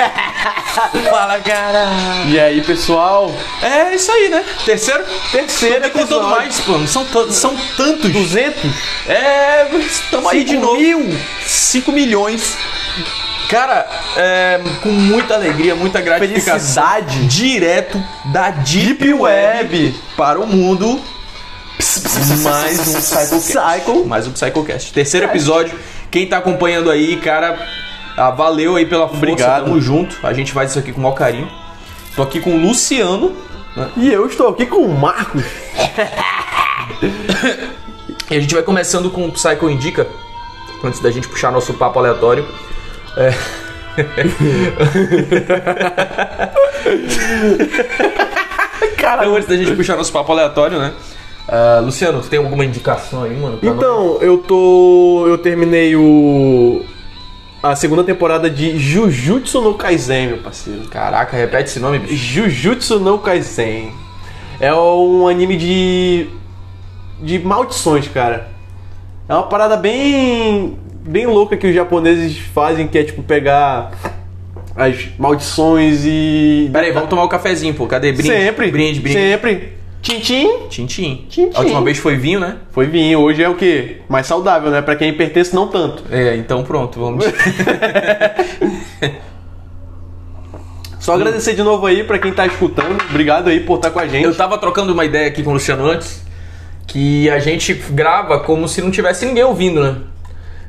Fala, cara. E aí, pessoal? É isso aí, né? Terceiro? Terceiro Tô contando episódio. mais, pô. São, to- são tantos. 200? É, estamos aí de Cinco novo. mil? 5 milhões. Cara, é, com muita alegria, muita gratificação. Felicidade. Direto da Deep, Web, para o mundo. Mais um Psychocast. Psycho. Mais um Psychocast. Terceiro episódio. Quem tá acompanhando aí, cara, ah, valeu aí pela força. Obrigado. Tamo junto. A gente faz isso aqui com o maior carinho. Tô aqui com o Luciano. né? E eu estou aqui com o Marcos. E a gente vai começando com o Psycho Indica. Antes da gente puxar nosso papo aleatório. É. Cara, Então, antes da gente puxar nosso papo aleatório, né? Ah, Luciano, tem alguma indicação aí, mano? pra então, eu tô. Eu terminei o. A segunda temporada de Jujutsu no Kaisen, meu parceiro. nós? Caraca, repete esse nome, bicho. Jujutsu no Kaisen. É um anime de. de maldições, cara. É uma parada bem. bem louca que os japoneses fazem, que é tipo pegar as maldições e. Pera aí, vamos tomar o um cafezinho, pô. Cadê? Brinde. Sempre. Brinde, brinde. Sempre. Tintim. Tintim. Tchim, tchim. A última vez foi vinho, né? Foi vinho. Hoje é o quê? Mais saudável, né? Pra quem pertence, não tanto. É, então pronto, vamos. Só agradecer de novo aí pra quem tá escutando. Obrigado aí por estar com a gente. Eu tava trocando uma ideia aqui com o Luciano antes, que a gente grava como se não tivesse ninguém ouvindo, né?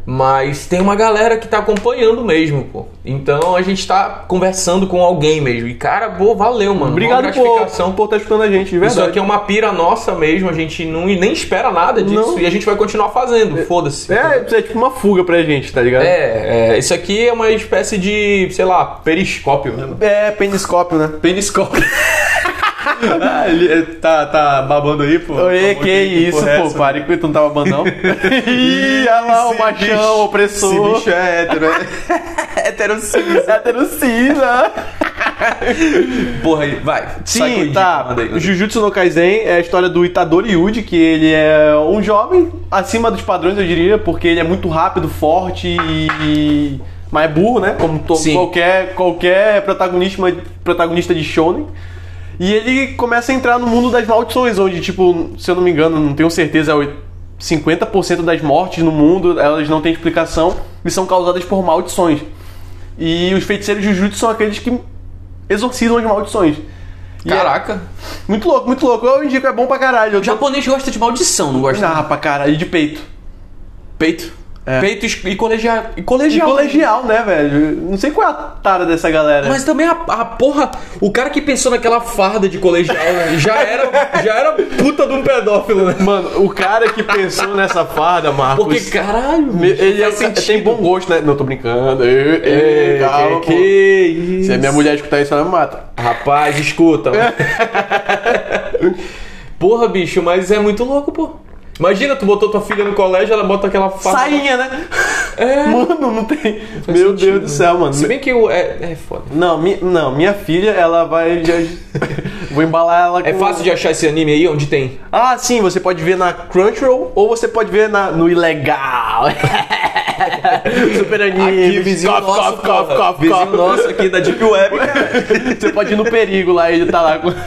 Mas tem uma galera que tá acompanhando mesmo, pô. Então a gente tá conversando com alguém mesmo. E cara, pô, valeu, mano. Uma Obrigado por, gratificação. tá por estar escutando a gente, de verdade. Isso aqui é uma pira nossa mesmo, a gente não, nem espera nada disso Não. e a gente vai continuar fazendo, foda-se. É, é tipo uma fuga pra gente, tá ligado? É, é, isso aqui é uma espécie de, sei lá, periscópio. né? É, peniscópio, né? Periscópio. Ah, ele tá, tá babando aí, pô. Oê, Por favor, que isso, porra é pô, essa? pare que tu não tava bandão. Ih, olha lá, o Esse machão, bicho- Esse opressor. bicho é hétero, é? Heterocisa. Porra, aí, vai. sai com Sim, o tá. Dick, manda aí, manda aí. Jujutsu no Kaisen é a história do Itadori Yuji, que ele é um jovem acima dos padrões, eu diria, porque ele é muito rápido, forte e... Mas é burro, né? Como to- Sim. qualquer, qualquer protagonista, protagonista de shonen. E ele começa a entrar no mundo das maldições, onde, tipo, se eu não me engano, não tenho certeza, é oit- 50% das mortes no mundo, elas não têm explicação e são causadas por maldições. E os feiticeiros Jujutsu são aqueles que exorcizam as maldições. E é Caraca. muito louco, muito louco. Eu indico, é bom pra caralho. Eu O tô... japonês gosta de maldição, não gosta? Ah, pra caralho, e de peito. Peito. é. Peito es- e colegial. E De colegial. colegial, né, velho? Não sei qual é a tara dessa galera. Mas também a, a porra, o cara que pensou naquela farda de colegial né, já era, já era puta de um pedófilo, né? Mano, o cara que pensou nessa farda, Marcos... Porque caralho, Me- Ele é, faz sentido. tem bom gosto, né? Não, tô brincando. Ei, ei, É, calma, que, pô. que isso. é Se a minha mulher escutar isso, ela me mata. Rapaz, escuta. mano. Porra, bicho, mas é muito louco, pô. Imagina, tu botou tua filha no colégio, ela bota aquela farda. Sainha, né? É. Mano, não tem. Meu sentido, Deus do né? céu, mano. Se bem que o. É, é foda. Não, mi... não, minha filha, ela vai. já- Vou embalar ela com. É fácil de achar esse anime aí onde tem. Ah, sim, você pode ver na Crunchyroll ou você pode ver na... no Ilegal. Super anime. Cof, cof, cof, porra. cof, vizinho cof. nosso aqui da Deep Web, cara. Você pode ir no perigo lá, ele tá lá com.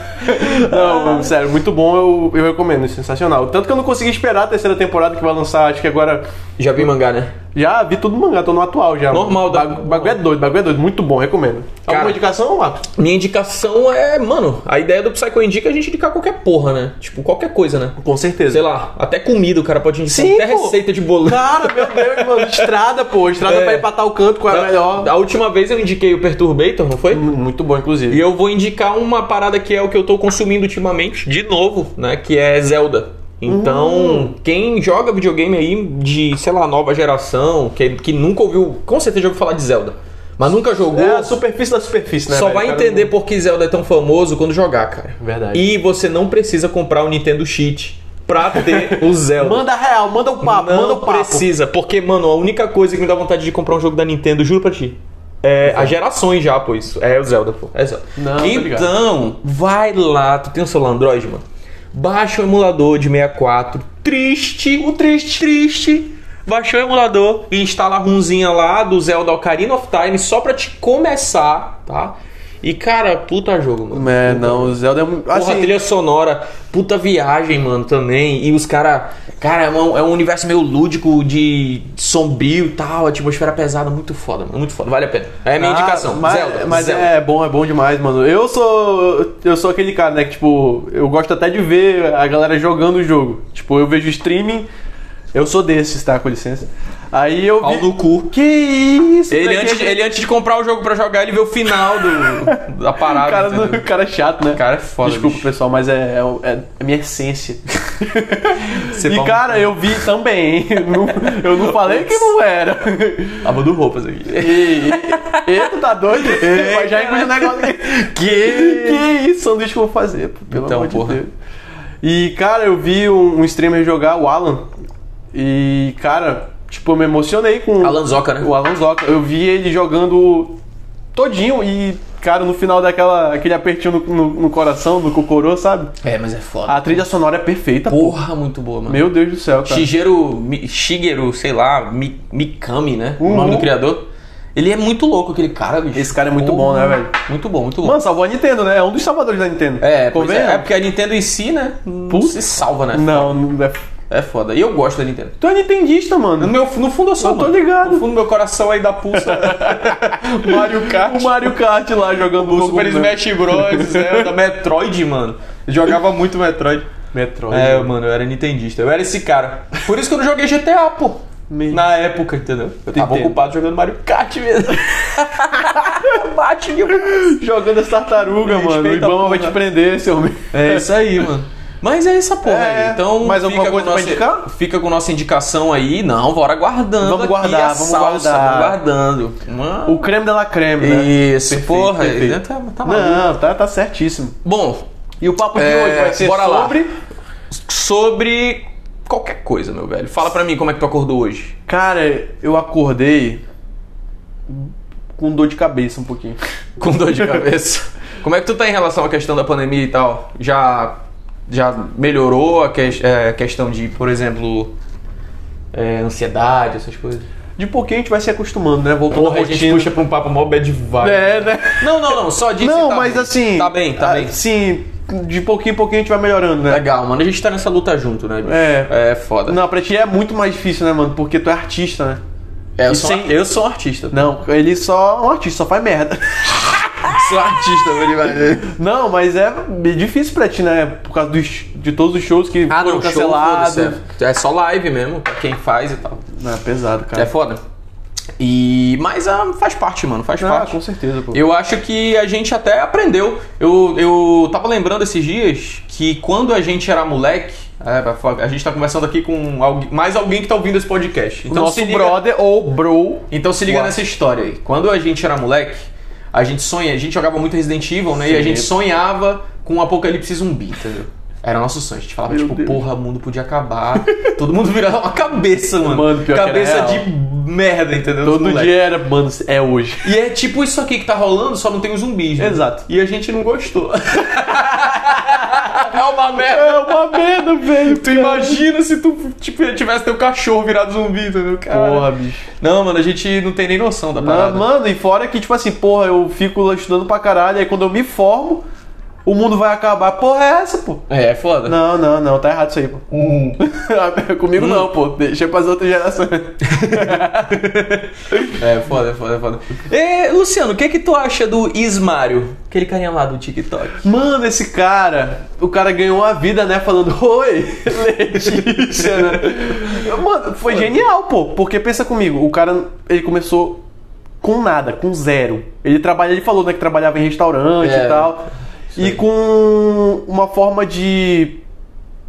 Não, mano, sério, muito bom, eu, eu recomendo, é sensacional. Tanto que eu não consegui esperar a terceira temporada que vai lançar, acho que agora. Já vi mangá, né? Já vi tudo no mangá, tô no atual já. Normal, dá- da. Bagulho é doido, bagulho é doido, muito bom, recomendo. Cara- Alguma indicação, Marcos? Minha indicação é, mano, a ideia do Psycho Indica é a gente indicar qualquer porra, né? Tipo, qualquer coisa, né? Com certeza. Sei lá, até comida o cara pode indicar. Sim, até pô. receita de bolo. Cara, meu Deus, mano, estrada, pô, estrada É. pra ir pra tal canto, qual é a melhor? A última vez eu indiquei o Perturbator, não foi? É Muito bom, inclusive. E eu vou indicar uma parada que é o que eu tô consumindo ultimamente, de novo, né? Que é Zelda. Então, quem joga videogame aí de, sei lá, nova geração, que, que nunca ouviu, com certeza já ouviu falar de Zelda, mas nunca jogou, É a superfície da superfície, né? só velho? vai Cara, entender por que Zelda é tão famoso quando jogar, cara. Verdade. E você não precisa comprar o Nintendo Cheat pra ter o Zelda. Manda real, manda o papo, não manda o papo. precisa, porque, mano, a única coisa que me dá vontade de comprar um jogo da Nintendo, juro pra ti. É, há gerações já, pô, isso. É o Zelda, pô. É Zelda. Não, tá ligado. então, vai lá, tu tem um celular Android, mano? Baixa o emulador de 64. Triste. O triste. Triste. Baixou o emulador e instala a runzinha lá do Zelda Ocarina of Time só pra te começar, tá? E, cara, puta jogo, mano. É, não, o Zelda é um. Porra, assim, trilha sonora, puta viagem, mano, também. E os cara. Cara, é um, é um universo meio lúdico, de sombrio e tal, atmosfera pesada, muito foda, mano. Muito foda, vale a pena. É a minha Ah, indicação. Mas, Zelda. mas Zelda. é bom, é bom demais, mano. Eu sou. Eu sou aquele cara, né? Que, tipo, eu gosto até de ver a galera jogando o jogo. Tipo, eu vejo streaming. Eu sou desses, tá? Com licença. Aí eu. Pau vi- no cu. Que isso, Ele moleque? antes, ele antes de comprar o jogo pra jogar, ele vê o final do, da parada. Cara, não- entendeu? cara é chato, né? Cara, é foda, Desculpa, bicho. pessoal, mas é, é, é a minha essência. Você e, fala- cara, eu vi também. Eu não, eu não falei que não era. Tava do roupas aqui. E, e, e tu tá doido? Mas já inclui o negócio aqui. né? Que? Que isso, sanduíche que eu vou fazer, pô, pelo Então, amor de porra. Deus. E, cara, eu vi um, um streamer jogar o Alan. E, cara, tipo, eu me emocionei com Alan Zoca, né? o Alan Zoca. Eu vi ele jogando todinho e, cara, no final daquela aquele apertinho no, no- no coração, no cocorô, sabe? É, mas é foda. A trilha sonora é perfeita, pô. Porra, muito boa, mano. Meu Deus do céu, cara. Shigeru, Mi- Shigeru, sei lá, Mi- Mikami, né? O nome Uhum. do criador. Ele é muito louco, aquele cara, bicho. Esse cara é muito bom, né, velho? Muito bom, muito bom. Mano, salvou a Nintendo, né? É um dos salvadores da Nintendo. é, pois Convenhamos. é, é porque a Nintendo em si, né? Não Puta. se salva, né? Não, não é... É foda. E eu gosto da Nintendo. Tu é nintendista, mano. No, meu, no fundo eu sou, Eu tô mano. ligado. No fundo do meu coração aí da pulsa. Mario Kart. O Mario Kart lá jogando O Pokémon. Super Smash Bros. Zelda, Metroid, mano. Eu jogava muito Metroid. Metroid. É, mano, eu era nintendista. Eu era esse cara. Por isso que eu não joguei GTA, pô. Me- Na época, entendeu? Eu tava Entendo. ocupado jogando Mario Kart mesmo. Bate, viu? Jogando as tartarugas, Respeita a mano. O porra. Ibama vai te prender, seu homem. É isso aí, mano. Mas é essa porra. É, aí. Então, mais alguma fica com coisa pra nossa- indicar? Fica com nossa indicação aí. Não, bora guardando. Vamos aqui guardar, a vamos salsa, guardar. Vamos guardando. Mano, O creme de la creme, né? Isso, porra. perfeito. né, Tá, tá maluco. Não, tá, tá certíssimo. Bom, E o papo de É, hoje vai ser bora lá. sobre... sobre qualquer coisa, meu velho. Fala pra mim como é que tu acordou hoje. Cara, eu acordei com dor de cabeça um pouquinho. Com dor de cabeça. como é que tu tá em relação à questão da pandemia e tal? Já, já melhorou a que- é, questão de, por exemplo, é, ansiedade, essas coisas? De pouquinho a gente vai se acostumando, né? Voltando à Porra, a gente rotina. puxa pra um papo mó bad vibe. É, né? Não, não, não, só disse. Não, tá mas bem. assim... Tá bem, tá ah, bem. Sim, de pouquinho em pouquinho a gente vai melhorando, né? Legal, mano, a gente tá nessa luta junto, né? bicho? É. É foda. Não, pra ti é muito mais difícil, né, mano? Porque tu é artista, né? É, eu, E sou sem- um, eu sou um artista. Não, ele só é um artista, só faz merda. Sou artista, ele vai. Não, mas é difícil pra ti, né? Por causa dos, de todos os shows que Ah, foram não, cancelados. cancelados. É só live mesmo, pra quem faz e tal. Não, é pesado, cara. É foda. E. Mas ah, faz parte, mano, faz ah, parte. com certeza, pô. Eu acho que a gente até aprendeu. Eu, eu tava lembrando esses dias que quando a gente era moleque. é, a gente tá conversando aqui com alguém- mais alguém que tá ouvindo esse podcast. Então Nosso se liga- brother ou bro. Então se liga Uau. nessa história aí. Quando a gente era moleque, a gente sonha, a gente jogava muito Resident Evil, né? E a Sim. Tá gente sonhava com um apocalipse zumbi, entendeu? Era nosso sonho. A gente falava, Meu tipo, Deus. porra, o mundo podia acabar. Todo mundo virava uma cabeça, mano. Mano, pior que era cabeça real. de merda, entendeu? Dos Todo moleques. dia era, mano, é hoje. E é tipo isso aqui que tá rolando, só não tem os zumbis. né? Exato. E a gente não gostou. é uma merda. É uma merda, velho. Tu imagina se tu tipo, tivesse teu cachorro virado zumbi, entendeu? Cara. Porra, bicho. Não, mano, a gente não tem nem noção da Não, parada. mano, e fora que, tipo assim, porra, eu fico estudando pra caralho, aí quando eu me formo, o mundo vai acabar. Porra, é essa, pô? É, é foda. Não, não, não, tá errado isso aí, pô. Comigo não, pô. Deixa pras outras gerações. É, foda, é foda, é foda. Ê, Luciano, o que que tu acha do Ismário? Aquele carinha lá do TikTok. Mano, esse cara, o cara ganhou a vida, né? Falando, oi, Letícia, né? Mano, foi genial, pô. Porque pensa comigo, o cara, ele começou com nada, com zero. Ele trabalha, ele falou, né, que trabalhava em restaurante É, e tal. E com uma forma de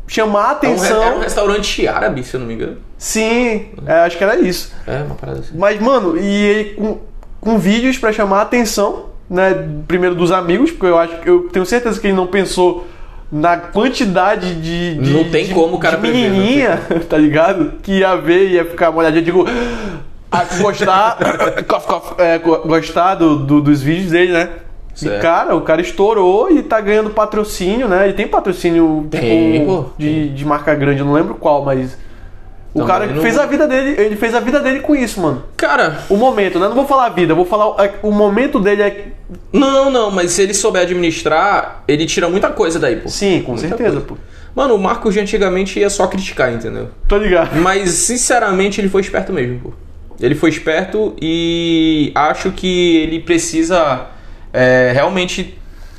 chamar É a um, re- atenção. é um restaurante árabe, se eu não me engano. Sim, é, acho que era isso. É, uma parada assim. Mas, mano, e ele com, com vídeos pra chamar a atenção, né? Primeiro dos amigos, porque eu acho que eu tenho certeza que ele não pensou na quantidade de. de- Não tem de- como o cara de prever, não tem menininha, tá ligado? Que ia ver e ia ficar molhadinha. Eu digo. A gostar, cof, cof, é, go- gostar do, do- dos vídeos dele, né? Certo. E, cara, o cara estourou e tá ganhando patrocínio, né? Ele tem patrocínio tipo, Tem, pô. de, de marca grande, eu não lembro qual, mas O Também cara que não- fez a vida dele, ele fez a vida dele com isso, mano. Cara, O momento, né? Não vou falar a vida, eu vou falar o, é- o momento dele é não, não, mas se ele souber administrar, ele tira muita coisa daí, pô. sim, com Muita certeza, coisa. pô. Mano, o Marcos de antigamente ia só criticar, entendeu? Tô ligado. Mas, sinceramente, ele foi esperto mesmo, pô. Ele foi esperto e acho que ele precisa é, realmente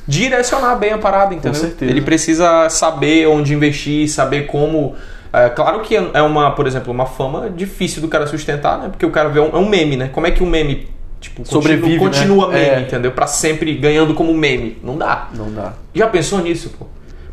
direcionar bem a parada, entendeu? certeza. Ele precisa saber onde investir, saber como. é, claro que é uma, por exemplo, uma fama difícil do cara sustentar, né? Porque o cara vê um, é um meme, né? Como é que um meme tipo, continua- Sobrevive, né? continua meme, É. entendeu? Pra sempre ganhando como meme. Não dá. Não dá. Já pensou nisso, pô?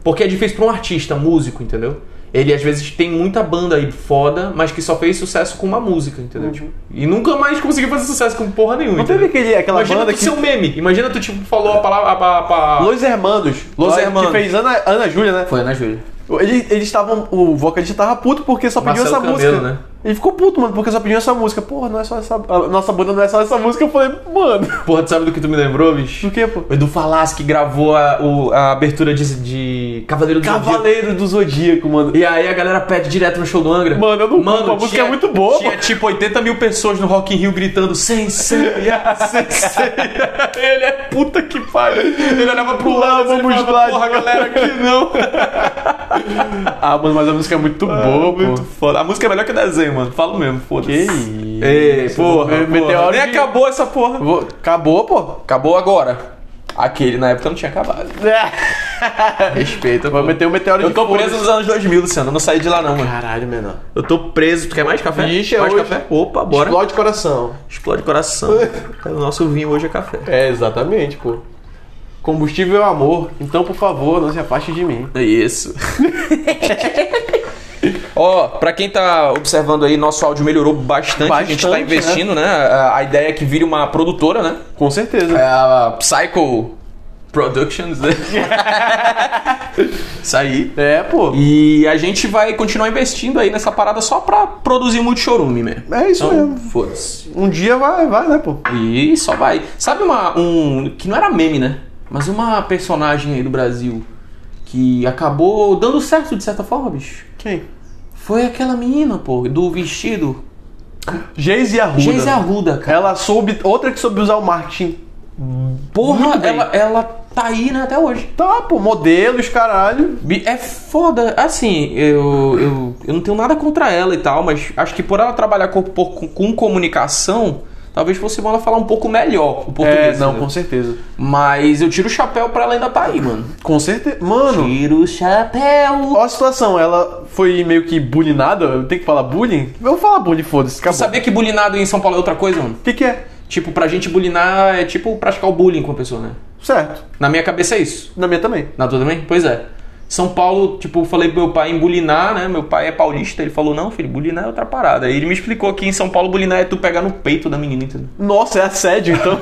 Porque é difícil pra um artista, músico, entendeu? Ele às vezes tem muita banda aí foda, mas que só fez sucesso com uma música, entendeu? Tipo, e nunca mais conseguiu fazer sucesso com porra nenhuma. Uhum. Não teve entendeu? aquele, aquela Imagina banda tu que ser um meme. Imagina tu, tipo, falou a palavra. A, pa- pa- Los Hermanos. Los lá, Hermanos. Que fez Ana, Ana Júlia, né? Foi, né, Júlia? Ele- Eles estavam. O vocalista tava puto porque só pediu Marcelo essa Camelo, música. né? Ele ficou puto, mano, porque só pediu essa música. Porra, não é só essa. A nossa banda não é só essa música. Eu falei, mano. Porra, tu sabe do que tu me lembrou, bicho? Do que, pô? O Edu Falaschi gravou a, o- a abertura de, de Cavaleiro do Zodíaco. Cavaleiro do Zodíaco, mano. E aí a galera pede direto no show do Angra. Mano, eu não culpo, a música é muito boa, Tinha mano. tipo 80 mil pessoas no Rock in Rio gritando Sensei, Sensei. Ele é puta que pariu. Ele olhava pro lado, Vamos ele falava, lá, porra, galera, aqui não. Ah, mano, mas a música é muito boa, pô. muito foda. A música é melhor que o desenho, mano. Falo mesmo, foda-se. Que isso. Ei, porra, porra. Meteoro Nem de- acabou essa porra. Vou- Acabou, pô. Acabou agora. Aquele na época não tinha acabado. Respeita, Vai pô. meter o meteoro É. Eu de tô fogo. preso nos anos 2000, Luciano. Eu não saí de lá, não, mano. Caralho, menor. Eu tô preso. Tu quer mais café? Ixi, é mais hoje. café? Opa, bora. Explode coração. Explode coração. o nosso vinho hoje é café. É, exatamente, pô. Combustível é o amor. Então, por favor, não se afaste de mim. É isso. Ó, pra quem tá observando aí, nosso áudio melhorou bastante. a gente tá Bastante, investindo, né? A, a ideia é que vire uma produtora, né? Com certeza. É a Psycho Productions, né? isso aí. É, pô. E a gente vai continuar investindo aí nessa parada só pra produzir muito chorume mesmo. É isso Então, mesmo. Foda-se. Um dia vai, vai, né, pô? E só vai. Sabe uma. Um, que não era meme, né? Mas uma personagem aí do Brasil que acabou dando certo de certa forma, bicho. Quem? Foi aquela menina, pô, do vestido. Geise Arruda. né? Geise Arruda, cara. Ela soube. Outra que soube usar o marketing. Porra, Muito bem. ela, ela tá aí, né, até hoje. Tá, pô, modelos, caralho. Bi- É foda. Assim, eu, eu, eu não tenho nada contra ela e tal, mas acho que por ela trabalhar com, por- com- com comunicação, talvez fosse bom ela falar um pouco melhor o português. é, não, né? com certeza. Mas eu tiro o chapéu pra ela ainda tá aí, mano. Com certeza. Mano, Tiro o chapéu. ó a situação. Ela foi meio que bullyingada. Eu tenho que falar bullying? Eu vou falar bullying, foda-se. Tu Acabou. sabia que bulinado em São Paulo é outra coisa, mano? O que, que é? Tipo, pra gente bulinar é tipo praticar o bullying com a pessoa, né? Certo. Na minha cabeça é isso. Na minha também. Na tua também? Pois é. São Paulo, tipo, eu falei pro meu pai em bulinar, né? Meu pai é paulista, ele falou, não, filho, bulinar é outra parada. Aí ele me explicou que em São Paulo bulinar é tu pegar no peito da menina, entendeu? Nossa, é assédio, então.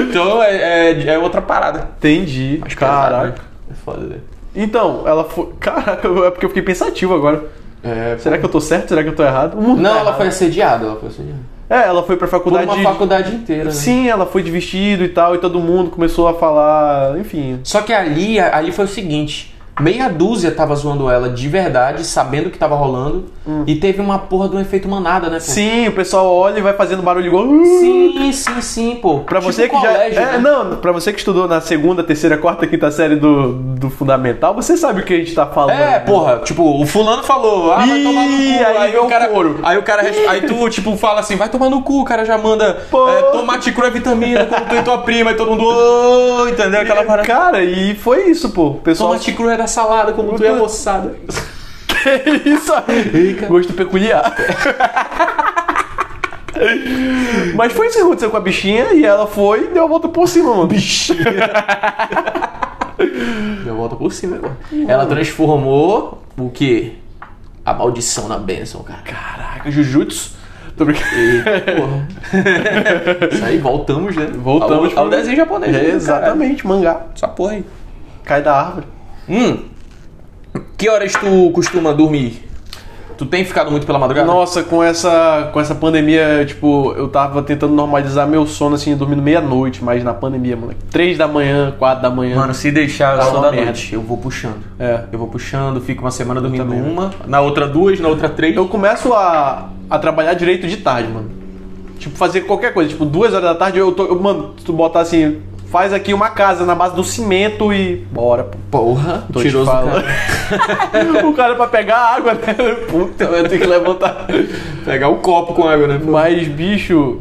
Então é, é, é outra parada. Entendi. Mas Caraca. É foda, velho. Então, ela foi. Caraca, é porque eu fiquei pensativo agora. É, Será que eu tô certo? Será que eu tô errado? O mundo Não, tá ela errado. foi assediada, ela foi assediada. É, ela foi pra Por faculdade. uma faculdade inteira, né? Sim, ela foi de vestido e tal, e todo mundo começou a falar, enfim. Só que ali, ali foi o seguinte: meia dúzia tava zoando ela de verdade, sabendo o que tava rolando, e teve uma porra de um efeito manada, né? pô? Hum. Sim, o pessoal olha e vai fazendo barulho igual. "Uh". sim, sim, sim, pô. Pra Tipo você que colégio, já. É, né? não, pra você que estudou na segunda, terceira, quarta, quinta série do, do Fundamental, você sabe o que a gente tá falando. É, porra, tipo, o fulano falou, ah, vai Ih, tomar no cu, aí, aí o vem o cara, couro. aí o cara, res- aí tu, tipo, fala assim, vai tomar no cu, o cara já manda, Pô. é, tomate cru é vitamina, como tu e tua prima, e todo mundo, "Ô", entendeu, aquela parada, É, Cara, e foi isso, pô. O pessoal. tomate cru é da salada, como tu é moçada. é Que isso aí. Gosto peculiar. Mas foi isso que aconteceu com a bichinha e ela foi e deu a volta por cima, mano. Bichinha. Eu volto por cima agora. Ela transformou o quê? A maldição na bênção, cara. Caraca, Jujutsu. Tô brincando. Eita, porra. Isso aí, voltamos, né? Voltamos ao, ao pro- desenho japonês. né, É, caralho? exatamente, mangá. Essa porra aí. Cai da árvore. Hum. Que horas tu costuma dormir? Tu tem ficado muito pela madrugada? Nossa, com essa, com essa pandemia, tipo, eu tava tentando normalizar meu sono, assim, dormindo meia-noite, mas na pandemia, moleque. Três da manhã, quatro da manhã. Mano, se deixar, eu Tá sou uma da merda. noite. Eu vou puxando. É. Eu vou puxando, fico uma semana dormindo também, né? uma, na outra duas, na outra três. Eu começo a, a trabalhar direito de tarde, mano. Tipo, fazer qualquer coisa. Tipo, duas horas da tarde, eu tô. eu- mano, se tu botar assim, faz aqui uma casa na base do cimento e. Bora, pô. Porra, Tô tirou te falando. o cara pra pegar água, né? Puta, Então eu tenho que levantar. Pegar o copo com água, né? Mas, bicho.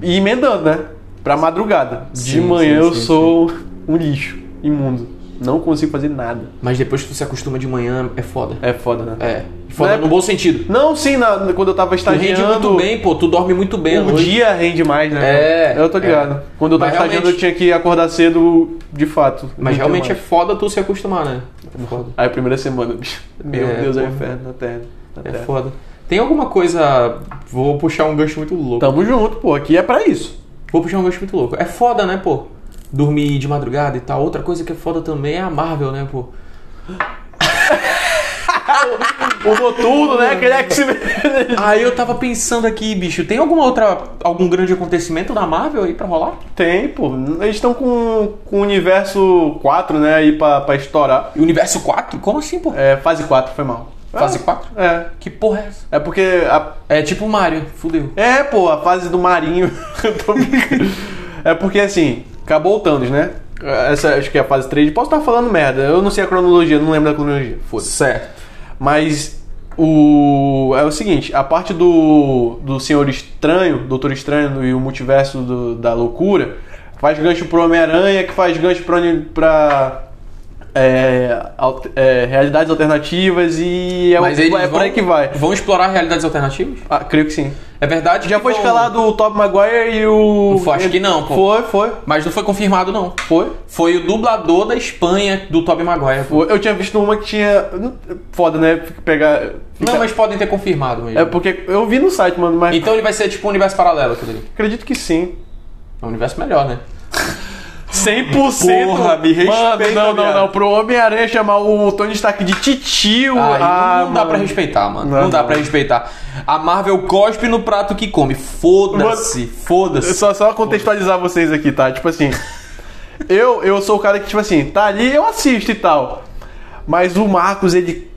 E emendando, né? Pra madrugada. De Sim, manhã sim, eu sim, sou um lixo imundo. Não consigo fazer nada. Mas depois que tu se acostuma de manhã, é foda. É foda, né? É. Foda Não é- no bom sentido. Não, sim, na- quando eu tava Tu rende estagiando. muito bem, pô. Tu dorme muito bem à O noite. dia rende mais, né? É, Eu tô ligado. é. Quando eu tava Mas estagiando, realmente- eu tinha que acordar cedo, de fato. Mas realmente é foda tu se acostumar, né? É foda. Aí, a primeira semana, bicho. Meu É, Deus, é o porra. inferno na terra. na É terra. foda. Tem alguma coisa. Vou puxar um gancho muito louco. Tamo junto, pô. Aqui é pra isso. Vou puxar um gancho muito louco. É foda, né, pô? Dormir de madrugada e tal. Outra coisa que é foda também é a Marvel, né, pô? O noturno, né? Aquele é que se... Aí eu tava pensando aqui, bicho, tem alguma outra. algum grande acontecimento da Marvel aí pra rolar? Tem, pô. Eles estão com, com o universo 4, né? Aí pra, pra estourar. Universo 4? Como assim, pô? É, fase 4, foi mal. Fase 4? É. É. Que porra é essa? É porque a, É tipo Mario, fudeu. É, pô, a fase do Marinho. Eu tô brincando. é porque assim, acabou o Thanos, né? Essa acho que é a fase 3. Posso estar falando merda. Eu não sei a cronologia, não lembro da cronologia. Foda-se. Certo. Mas o é o seguinte, a parte do do Senhor Estranho, Doutor Estranho e o Multiverso do- da Loucura, faz gancho pro Homem-Aranha, que faz gancho pra, uni- pra é, alter- é, realidades alternativas e é, o- Mas é eles por vão, aí que vai. Vão explorar realidades alternativas? Ah, creio que sim. É verdade? Já que foi vão- escalado o Top Maguire e o. Não foi, acho que não, pô. Foi, foi, Mas não foi confirmado, não. foi. Foi o dublador da Espanha do Tobey Maguire. pô. Foi. Eu tinha visto uma que tinha. Foda, né? Fica- Pegar. fica- Não, mas podem ter confirmado mesmo. É porque eu vi no site, mano, mas Então ele vai ser tipo um universo paralelo, aquilo ali. acredito que sim. É um universo melhor, né? 100%! Porra, me Mano, respeita, não, não, viado. não. Pro Homem-Aranha chamar o Tony Stark de titio. Aí ah, não, dá mano. pra respeitar, mano. Não, Não, dá não. pra respeitar. A Marvel cospe no prato que come. Foda-se, Eu foda-se. Só, só contextualizar vocês aqui, tá? Tipo assim. eu, eu sou o cara que, tipo assim, tá ali, eu assisto e tal. Mas o Marcos, ele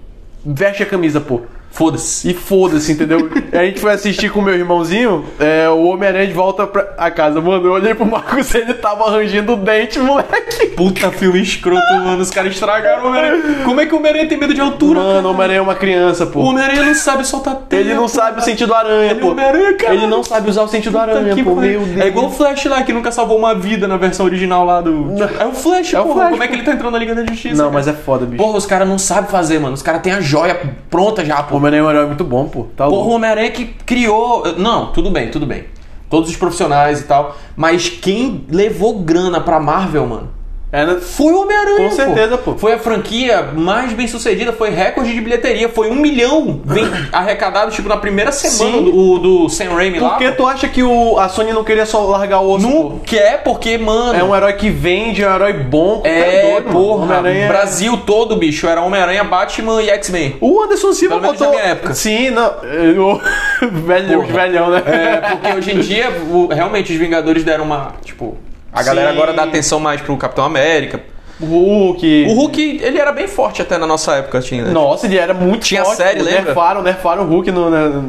veste a camisa, pô. Foda-se. E foda-se, entendeu? a gente foi assistir com o meu irmãozinho, é, o Homem-Aranha de volta pra a casa. Mano, eu olhei pro Marcos ele tava arranjando o dente, moleque. Puta filme escroto, mano. Os caras estragaram o Homem-Aranha. Como é que o Homem-Aranha tem medo de altura? Mano, o Homem-Aranha é uma criança, O pô. Homem-Aranha não sabe soltar teia. Ele não sabe o sentido aranha, é pô. Homem-Aranha, cara. Ele não sabe usar o sentido aranha, pô. Meu Deus. É igual o Flash lá, que nunca salvou uma vida na versão original lá do. É o Flash, É o porra. Flash, Como é que ele tá entrando na Liga da Justiça? Não, mas é foda, bicho. Porra, os caras não sabem fazer, mano. Os caras têm a joia pronta já, O pô. Homem-Aranha é um herói muito bom, pô. Tá Porra, o louco. Homem-Aranha que criou. Não, tudo bem, tudo bem. Todos os profissionais e tal. Mas quem levou grana pra Marvel, mano? É, né? Foi o Homem-Aranha, Com certeza, pô. Foi a franquia mais bem sucedida, foi recorde de bilheteria, foi um milhão ven- arrecadado, tipo, na primeira semana Sim. do, do Sam Raimi lá. Por que pô. tu acha que o, a Sony não queria só largar o osso, Não pô? quer, porque, mano. É um herói que vende, é um herói bom. É, tá doido, mano. porra, Homem-Aranha é- Brasil todo, bicho, era Homem-Aranha, Batman e X-Men. O Anderson Silva Pelo menos botou. na minha época. Sim, não. Eu... Velho, Porra. velhão, né? É, porque hoje em dia, o- realmente, os Vingadores deram uma, tipo... A galera Sim. agora dá atenção mais pro Capitão América. O Hulk. O Hulk, ele era bem forte até na nossa época, tinha, né? Nossa, ele era muito Tinha forte. série, pô. lembra? Nerfaram, nerfaram o Hulk no. Né,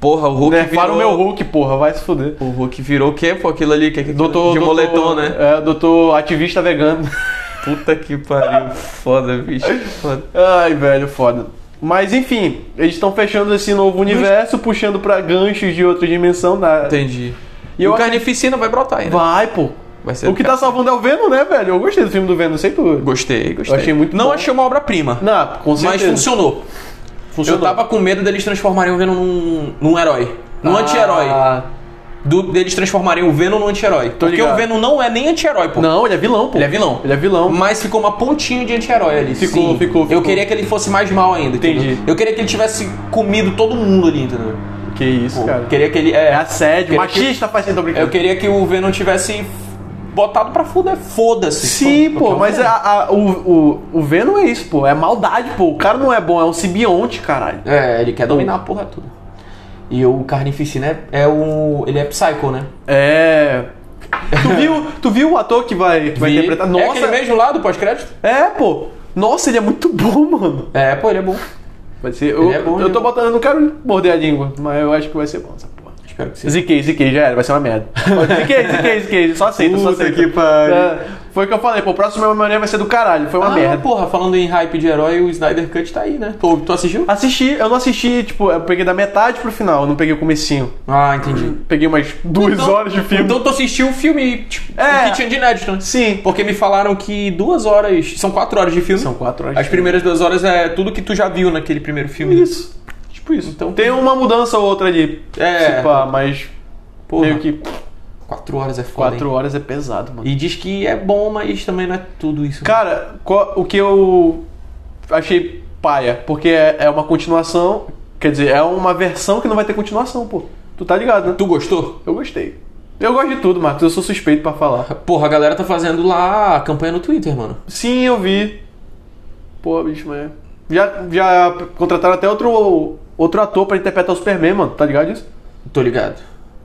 Porra, o Hulk nerfaram o virou... meu Hulk, porra, vai se fuder. O Hulk virou o quê, pô? Aquilo ali, que, que, Doutor. de doutor- moletom, né? É, doutor ativista vegano. Puta que pariu, foda, bicho. Foda. Ai, velho, foda. Mas enfim, eles estão fechando esse novo universo, puxando pra ganchos de outra dimensão. Na... Entendi. E E, eu o acho- Carnificina vai brotar ainda. Vai, pô. Vai ser... O que tá salvando é o Venom, né, velho? Eu gostei do filme do Venom, sei tu. Gostei, gostei. Eu achei muito Não bom. achei uma obra-prima. Não, com Mas certeza. funcionou. Eu Funcionou. tava com medo deles transformarem o Venom num, num herói. Num anti-herói. Ah, Do- Deles transformarem o Venom num anti-herói. Porque ligado. o Venom não é nem anti-herói, pô. Não, ele é vilão, pô. Ele é vilão. Ele é vilão. Mas ficou uma pontinha de anti-herói ali. Ficou, Sim. ficou, ficou. Eu queria que ele fosse mais mal ainda. entendeu? Entendi. Eu queria que ele tivesse comido todo mundo ali, entendeu? Que isso, Pô, cara. Queria que ele. É, É assédio, Queria machista, faz sendo Eu brincando. queria que o Venom tivesse botado pra fuder, foda-se. Sim, Porque pô, é um mas filme. a- a- o, o, o Venom é isso, pô. É maldade, pô. O cara não é bom, é um simbionte, caralho. É, ele quer dominar a porra toda. E o Carnificina é, é o. Ele é Psycho, né? É. Tu viu, tu viu o ator que vai, que vai E- interpretar? É aquele Nossa, mesmo lá do pós-crédito? é, pô. Nossa, ele é muito bom, mano. É, pô, ele é bom. Vai ser. Eu, Ele é bom, eu tô né? botando, eu não quero morder a língua, mas eu acho que vai ser bom essa porra. Espero que sim. Ziquei, ziquei, já era, vai ser uma merda. Ziquei, ziquei, ziquei, só aceita, só Puta aceita. que pariu. É, foi o que eu falei, pô, o próximo Memória vai ser do caralho, foi uma ah, merda. porra, falando em hype de herói, o Snyder Cut tá aí, né? Tu, tu assistiu? Assisti, eu não assisti, tipo, eu peguei da metade pro final, eu não peguei o comecinho. Ah, entendi. Peguei umas duas horas de filme. Então tu assistiu o filme tipo, É. que tinha de inédito, né? Sim. Porque me falaram que duas horas. São quatro horas de filme. São quatro horas. As primeiras duas horas é tudo que tu já viu naquele primeiro filme. né? Isso. Tipo isso. Então- Tem uma mudança ou outra ali. É. se pá, mas Porra, meio que quatro horas é foda. quatro horas é pesado, mano. hein? E diz que é bom, mas também não é tudo isso. Cara, qual- o que eu achei paia, porque é, é uma continuação, quer dizer, é uma versão que não vai ter continuação, pô. Tu tá ligado, né? Tu gostou? Eu gostei. Eu gosto de tudo, Marcos, eu sou suspeito pra falar. Porra, a galera tá fazendo lá a campanha no Twitter, mano. Sim, eu vi. Pô, bicho, mas... Já, já contrataram até outro, outro ator pra interpretar o Superman, mano, tá ligado isso? Tô ligado.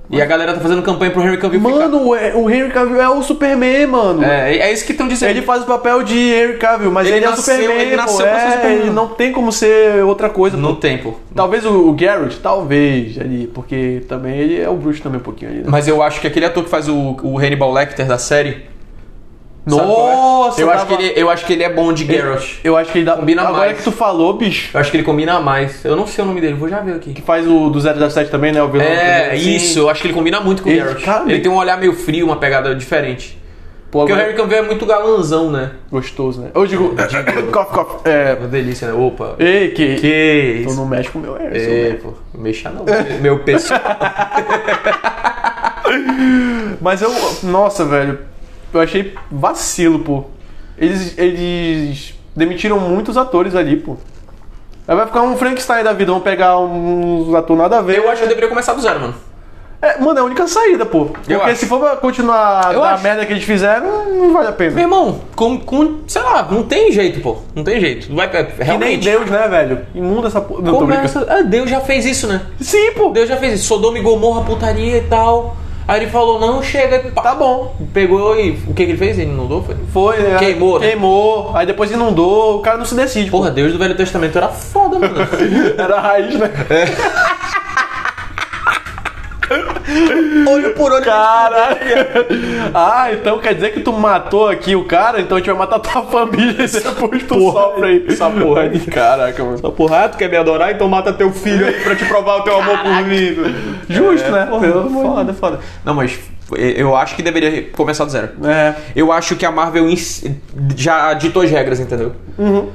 E a galera tá fazendo campanha pro Henry Cavill ficar- Mano, o o Henry Cavill é o Superman, mano. É, é isso que estão dizendo. Ele faz o papel de Henry Cavill, mas ele, Ele é o nasceu- Superman, ele pô, nasceu pra ser é, Superman. Ele não tem como ser outra coisa, No pô. tempo. Talvez o, o Garrett, talvez, ali, porque também ele é o bruxo também um pouquinho ali, né? Mas eu acho que aquele ator que faz o, o Hannibal Lecter da série. sabe qual Nossa, é? eu acho, que dava- ele, eu acho que ele é bom de Garrosh. Eu acho que ele dá... Combina Agora mais. que tu falou, bicho, Eu acho que ele combina mais. Eu não sei o nome dele, vou já ver aqui. que faz o do 007 também, né? O vilão. É, Sim. isso, eu acho que ele combina muito com o Ele- Garrosh. cara, Ele ele- tem um olhar meio frio, uma pegada diferente. Pô, Porque o agora- Henry Cavill é muito galanzão, né? Gostoso, né? Eu digo... cof, cof. É... Uma delícia, né? Opa. Ei, que... Que Tu isso? não mexe com o meu... É, eu sou É, pô, mexer não. Meu pessoal. É. Mas eu. Nossa, velho. Eu achei vacilo, pô. Eles. Eles demitiram muitos atores ali, pô. Aí vai ficar um Frankenstein da vida, vão pegar uns atores nada a ver. Eu acho que eu deveria começar do zero, mano. É, mano, é a única saída, pô. Porque acho. se for pra continuar Eu da acho. merda que eles fizeram, não vale a pena. Meu irmão, com, com. Sei lá, não tem jeito, pô. Não tem jeito. Vai, é, que nem realmente. Deus, né, velho? Imunda essa porra. Não, tô brincando. Começa. Ah, Deus já fez isso, né? Sim, pô. Deus já fez isso. Sodoma e Gomorra, putaria e tal. Aí ele falou, não, chega. pá. Tá bom. Pegou e. O que, que ele fez? Ele inundou? Foi. Foi, né? Queimou, né? Queimou. Aí depois inundou. O cara não se decide, Porra, Deus do Velho Testamento era foda, mano. Era a raiz, né? olho por olho. Caralho! Ah, então quer dizer que tu matou aqui o cara, então a gente vai matar tua família e depois tu sofre aí. Essa porra aí. é Caraca, mano. Essa porra, ah, tu quer me adorar? Então mata teu filho aí pra te provar o teu amor por mim. Justo, né? Pelo amor de Foda, foda. Não, mas eu acho que deveria começar do zero. É. Eu acho que a Marvel ins- já ditou as regras, entendeu? Uhum.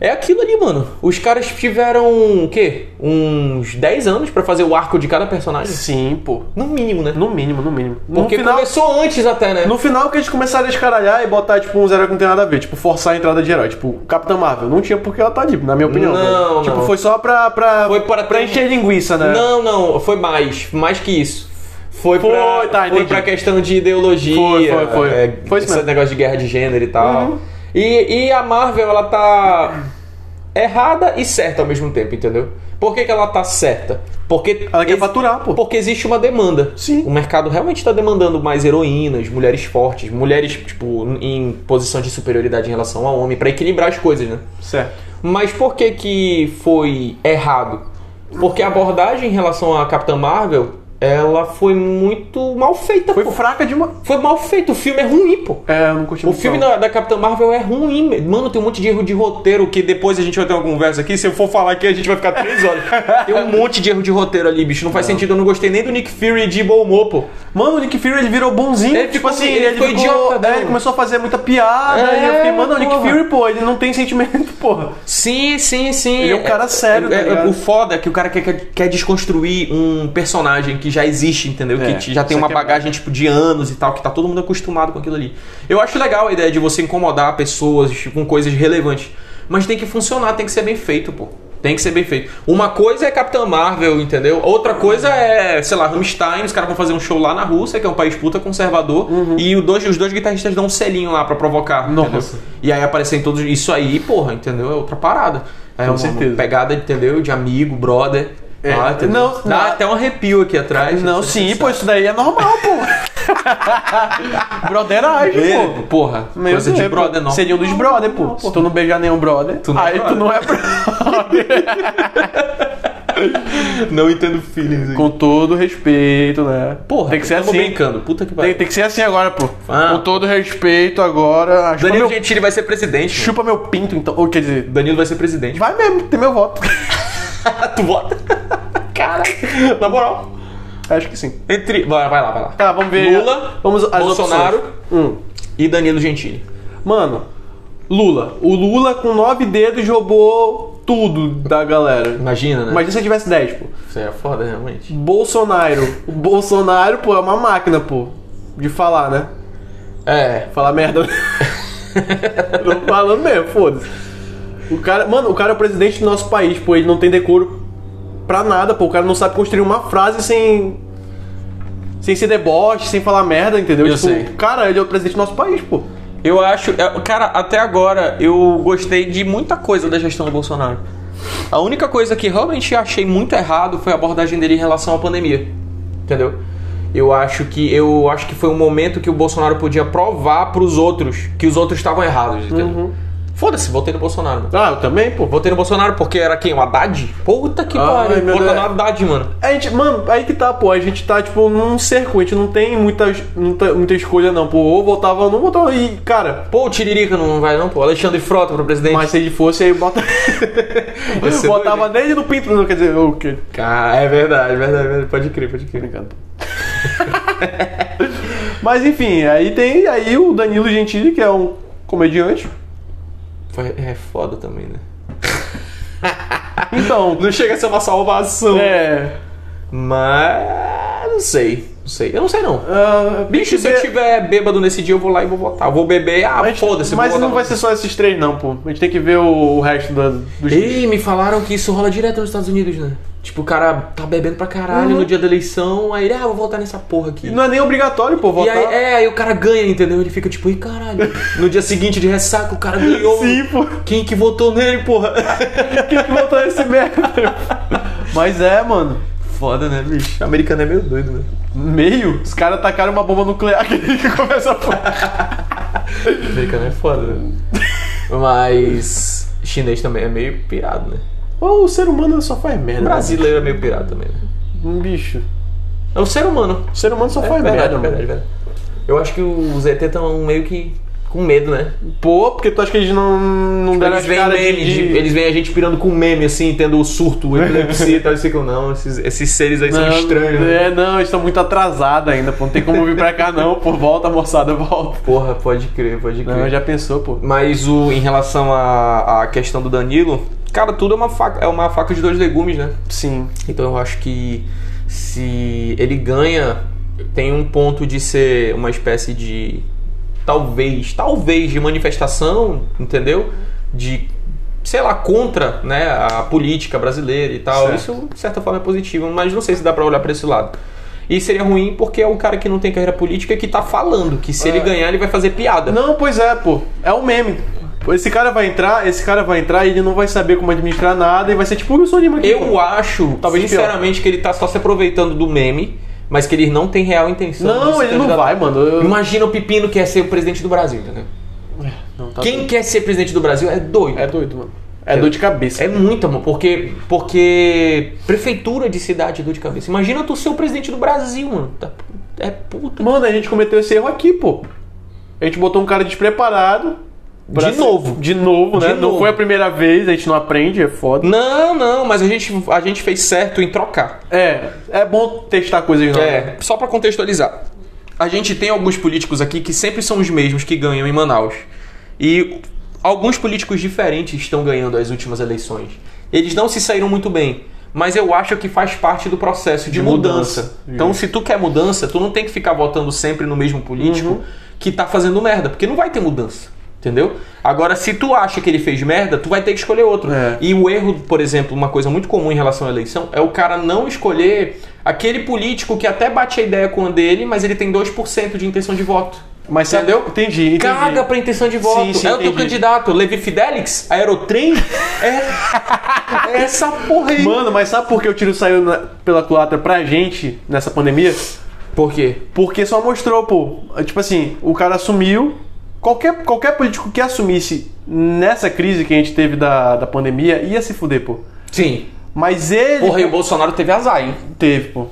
É aquilo ali, mano. Os caras tiveram o quê? Uns 10 anos pra fazer o arco de cada personagem? Sim, pô. No mínimo, né? No mínimo, no mínimo. No Porque final, começou antes até, né? no final que eles começaram a escaralhar e botar, tipo, um zero que não tem nada a ver. Tipo, forçar a entrada de herói. Tipo, Capitã Marvel. Não tinha porque ela tá ali, na minha opinião. Não, né? Tipo, não. foi só pra... pra Foi para- pra encher linguiça, né? Não, não, foi mais. Mais que isso. Foi, Foi, pra, tá, foi entendi. pra questão de ideologia. Foi, foi, foi. é, Foi isso esse mesmo. Uhum. negócio de guerra de gênero e tal. E, e a Marvel, ela tá errada e certa ao mesmo tempo, entendeu? Por que, que ela tá certa? Porque. Ela quer ex- faturar, pô. Porque existe uma demanda. Sim. O mercado realmente está demandando mais heroínas, mulheres fortes, mulheres, tipo, em posição de superioridade em relação ao homem, pra equilibrar as coisas, né? Certo. Mas por que que foi errado? Porque a abordagem em relação à Capitã Marvel, ela foi muito mal feita, Foi pô. fraca de uma... Foi mal feito, o filme é ruim, pô. É, eu não curti O muito, filme não. da, da Capitã Marvel é ruim, mano, tem um monte de erro de roteiro que depois a gente vai ter uma conversa aqui, se eu for falar aqui a gente vai ficar três horas. tem um monte de erro de roteiro ali, bicho, não faz sentido, eu não gostei nem do Nick Fury de bom humor, pô. Mano, o Nick Fury ele virou bonzinho. Ele tipo ficou- assim, ele ele, ficou idiota, né, né? ele começou a fazer muita piada. É, e eu fiquei, mano, o Nick porra. Fury, pô, ele não tem sentimento, porra. Sim, sim, sim. Ele é um cara sério, tá é- é- ligado? o foda é que o cara quer, quer, quer desconstruir um personagem que já existe, entendeu? É, que te- já tem isso uma aqui é bagagem tipo de anos e tal, que tá todo mundo acostumado com aquilo ali. Eu acho legal a ideia tipo, de você incomodar pessoas com coisas relevantes, mas tem que funcionar, tem que ser bem feito, pô. Tem que ser bem feito. Uma coisa é Capitã Marvel, entendeu? Outra coisa é, sei lá, Rammstein, os caras vão fazer um show lá na Rússia, que é um país puta conservador, e o dois, os dois guitarristas dão um selinho lá pra provocar, Uhum. Nossa. entendeu? E aí aparecem todos... Isso aí, porra, entendeu? É outra parada. É uma certeza. pegada, entendeu? De amigo, brother. É. lá, entendeu? Não, Dá não. até um arrepio aqui atrás. Não, Isso é sim, sensacional. pô, isso daí é normal, pô. Broderagem, Ele, pô. porra, Meu coisa Deus, de brother, não. Seria um dos brother, pô. Se tu não beijar nenhum brother, não é aí tu brother. não é brother. Não entendo feelings aí. Com todo respeito, né? Porra, tem que ser eu tô assim. brincando. Puta que Tem, pariu. tem que ser assim agora, pô. Ah. Com todo respeito agora. ah, Chupa Danilo meu, Gentili vai ser presidente. chupa meu pinto, então. Ou quer dizer, Danilo vai ser presidente. vai mesmo, tem meu voto. tu vota? Cara, na moral. Acho que sim. Entre. Vai, vai lá, vai lá. Tá, vamos ver. Lula, vamos às Bolsonaro. opções. Hum. E Danilo Gentili. Mano, Lula. O Lula com nove dedos roubou tudo da galera. Imagina, né? Imagina se eu tivesse 10, pô. Isso é foda, realmente. Bolsonaro. O Bolsonaro, pô, é uma máquina, pô. De falar, né? É. Falar merda. Tô falando mesmo, foda-se. O cara, mano, o cara é o presidente do nosso país, pô. Ele não tem decoro pra nada, pô. O cara não sabe construir uma frase sem. Sem ser deboche, sem falar merda, entendeu? Eu sei. Cara, ele é o presidente do nosso país, pô. Eu acho. é, Cara, até agora eu gostei de muita coisa da gestão do Bolsonaro. A única coisa que realmente achei muito errado foi a abordagem dele em relação à pandemia. Entendeu? Eu acho que eu acho que foi um momento que o Bolsonaro podia provar pros outros que os outros estavam errados, entendeu? Foda-se, voltei no Bolsonaro. Mano. Ah, eu também, pô. Votei no Bolsonaro porque era quem? O Haddad? Puta que Ai, pariu. meu Vota Deus. no Haddad, mano. A gente, mano, aí que tá, pô. A gente tá, tipo, num cerco. A gente não tem muita, muita, muita escolha, não, pô. Ou voltava ou não voltava. E, cara, Pô, o Tiririca não vai não, pô. Alexandre Frota pra presidente. mas se ele fosse, aí bota. Vai ser botava nele no pinto, não, quer dizer, o quê? Cara, é verdade, é verdade, é verdade. Pode crer, pode crer. Brincando. Mas enfim, aí tem aí o Danilo Gentili, que é um comediante. Foi- É foda também, né? Então, Não chega a ser uma salvação. é. Mas. Não sei. Não sei. Eu não sei não. ah, Bicho, se eu beber- tiver bêbado nesse dia, eu vou lá e vou votar. Eu vou beber, ah, Mas, foda-se, eu vou mas votar não vai no- ser só esses três, não, pô. A gente tem que ver o, o resto da, dos. Ei, me falaram que isso rola direto nos Estados Unidos, né? Tipo, o cara tá bebendo pra caralho no dia da eleição, aí ele, ah, vou votar nessa porra aqui. E Não é nem obrigatório, pô, E votar. aí, é, aí o cara ganha, entendeu? Ele fica tipo, ih, caralho. No dia seguinte de ressaca, o cara ganhou. Sim, pô. Quem que votou nele, porra? Quem que botou esse merda? Mas é, mano. Foda, né, bicho? Americano é meio doido, né? Meio, os caras tacaram uma bomba nuclear que que começa a falar. Americano é foda, né? Mas. Chinês também é meio pirado, né? Ô, o ser humano só faz merda. Brasileiro é meio pirado também, né? Um bicho. É o ser humano. O ser humano só É faz verdade, merda, é mano. verdade, verdade. Eu acho que os ET estão meio que com medo, né? Pô, porque tu acha que eles não, não Tipo, Eles deram as veem caras de, meme, de- de... eles veem a gente pirando com meme, assim, tendo o surto, epilepsia e tal, e sei que não, esses, esses seres aí Não, são estranhos, né? É, não, eles estão muito atrasados ainda, pô. Não tem como vir pra cá, não, pô. Volta, moçada, volta. Porra, pode crer, pode crer. Não, já pensou, pô. Mas o, em relação à, à questão do Danilo, cara, tudo é uma, faca, é uma faca de dois legumes, né? Sim. Então eu acho que se ele ganha, tem um ponto de ser uma espécie de. Talvez, talvez de manifestação, entendeu? De, sei lá, contra né, a política brasileira e tal. Certo. Isso, de certa forma, é positivo, mas não sei se dá pra olhar pra esse lado. E seria ruim porque é o cara que não tem carreira política que tá falando que se ele ganhar, ele vai fazer piada. É. Não, pois é, pô. É um meme. Esse cara vai entrar, esse cara vai entrar e ele não vai saber como administrar nada e vai ser tipo o Wilson Lima aqui. pô. Eu acho, Talvez sinceramente, que ele tá só se aproveitando do meme, mas que ele não tá tem real intenção. de Não, se ele não candidatar. vai, mano. Eu- Imagina o Pepino que é ser o presidente do Brasil, entendeu? Não, tá Quem quer ser presidente do Brasil é doido. É É, doido, mano. É dor de cabeça. muito, amor, porque, porque prefeitura de cidade é dor de cabeça. Imagina tu ser o presidente do Brasil, mano. Tá- É puta. Mano, a gente cometeu esse erro aqui, pô. A gente botou um cara despreparado. pra De novo. De novo, né? De Não novo. foi a primeira vez, a gente não aprende, é foda. Não, não, mas a gente, a gente fez certo em trocar. É, é bom testar coisas novas. É, só pra contextualizar. A gente tem alguns políticos aqui que sempre são os mesmos que ganham em Manaus. E alguns políticos diferentes estão ganhando as últimas eleições. Eles não se saíram muito bem, mas eu acho que faz parte do processo de, De mudança. mudança. Então, se tu quer Uhum. mudança, tu não tem que ficar votando sempre no mesmo político que tá fazendo merda, porque não vai ter mudança. Entendeu? Agora, se tu acha que ele fez merda, tu vai ter que escolher outro. É. E o erro, por exemplo, uma coisa muito comum em relação à eleição é o cara não escolher aquele político que até bate a ideia com a dele, mas ele tem 2% de intenção de voto. Mas você- entendeu? Entendi, entendi. Caga pra intenção de voto. Sim, sim, é o teu entendi. candidato, Levi Fidelix, Aerotrem. É, é essa porra aí. Mano, mas sabe por que o tiro saiu na- pela culatra pra gente nessa pandemia? Por quê? Porque só mostrou, pô. Tipo assim, o cara assumiu. Qualquer, qualquer político que assumisse nessa crise que a gente teve da, da pandemia ia se fuder, pô. Sim. Mas ele. Porra, e o Bolsonaro teve azar, hein? Teve, pô.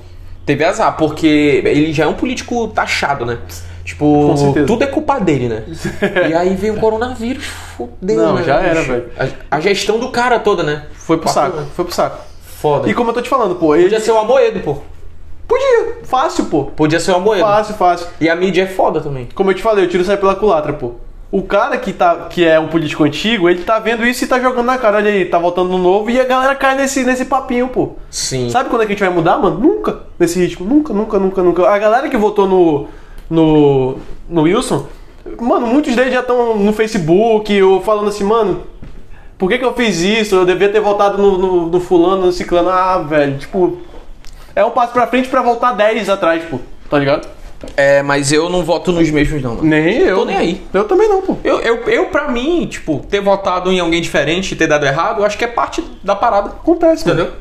Teve azar, porque ele já é um político taxado, né? Tipo, Com certeza. tudo é culpa dele, né? e aí veio o coronavírus, fodeu, Não, né? já bicho? era, velho. A, a gestão do cara toda, né? Foi pro Bacana. saco, foi pro saco. Foda. E como eu tô te falando, pô, ele. Podia ser o Amoedo, pô. Podia, fácil, pô. Podia ser o Amoedo. Fácil, fácil. E a mídia é foda também. Como eu te falei, o tiro sai pela culatra, pô. O cara que, tá, que é um político antigo, ele tá vendo isso e tá jogando na cara. Olha aí, tá voltando no novo e a galera cai nesse, nesse papinho, pô. Sim. Sabe quando é que a gente vai mudar, mano? Nunca. Nesse ritmo. Nunca, nunca, nunca, nunca. A galera que votou no. no. no Wilson, mano, muitos deles já estão no Facebook ou falando assim, mano. Por que, que eu fiz isso? Eu devia ter votado no, no- no fulano, no ciclano. Ah, velho, tipo. É um passo pra frente pra voltar 10 atrás, pô. Tá ligado? É, mas eu não voto nos mesmos, não, mano. Nem eu. Tô nem aí. Eu também não, pô. Eu, eu, eu, pra mim, tipo, ter votado em alguém diferente e ter dado errado, eu acho que é parte da parada. Acontece, mano. Entendeu?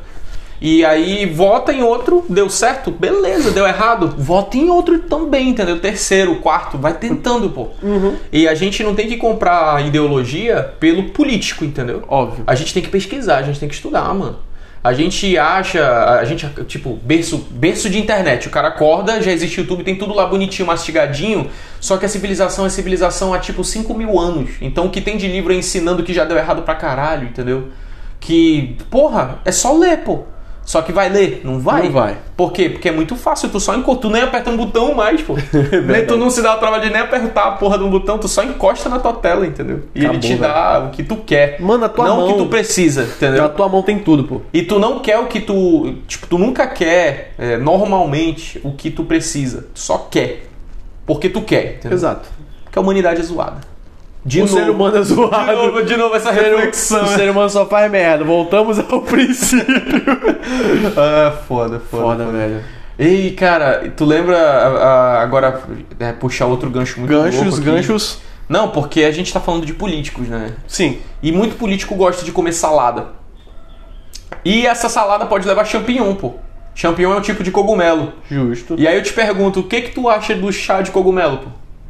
E aí vota em outro, deu certo, beleza, deu errado, vota em outro também, entendeu? Terceiro, quarto, vai tentando, pô. Uhum. E a gente não tem que comprar ideologia pelo político, entendeu? Óbvio. A gente tem que pesquisar, a gente tem que estudar, mano. A gente acha, a gente, tipo, berço, berço de internet. O cara acorda, já existe YouTube, tem tudo lá bonitinho, mastigadinho. Só que a civilização é civilização há, tipo, 5 mil anos. Então o que tem de livro é ensinando que já deu errado pra caralho, entendeu? Que, porra, é só ler, pô. Só que vai ler? Não vai? Não vai. Por quê? Porque é muito fácil, tu só encosta, tu nem aperta um botão mais, pô. É nem, tu não se dá o trabalho de nem apertar a porra de um botão, tu só encosta na tua tela, entendeu? E ele Acabou, te velho. dá o que tu quer. Mano, a tua Não mão- o que tu precisa, Na entendeu? tua mão tem tudo, pô. E tu não quer o que tu. Tipo, tu nunca quer é, normalmente o que tu precisa. Tu só quer. Porque tu quer, entendeu? Exato. Porque a humanidade é zoada. De o novo. ser humano é zoado. de novo, de novo essa O ser- reflexão. O né? ser humano só faz merda. Voltamos ao princípio. Ah, foda, foda. Foda, velho. Ei, cara, tu lembra a- a- agora é, puxar outro gancho muito louco Ganchos, aqui. ganchos. Não, porque a gente tá falando de políticos, né? Sim. E muito político gosta de comer salada. E essa salada pode levar champignon, pô. Champignon é um tipo de cogumelo. Justo. E aí eu te pergunto, o que que tu acha do chá de cogumelo, pô?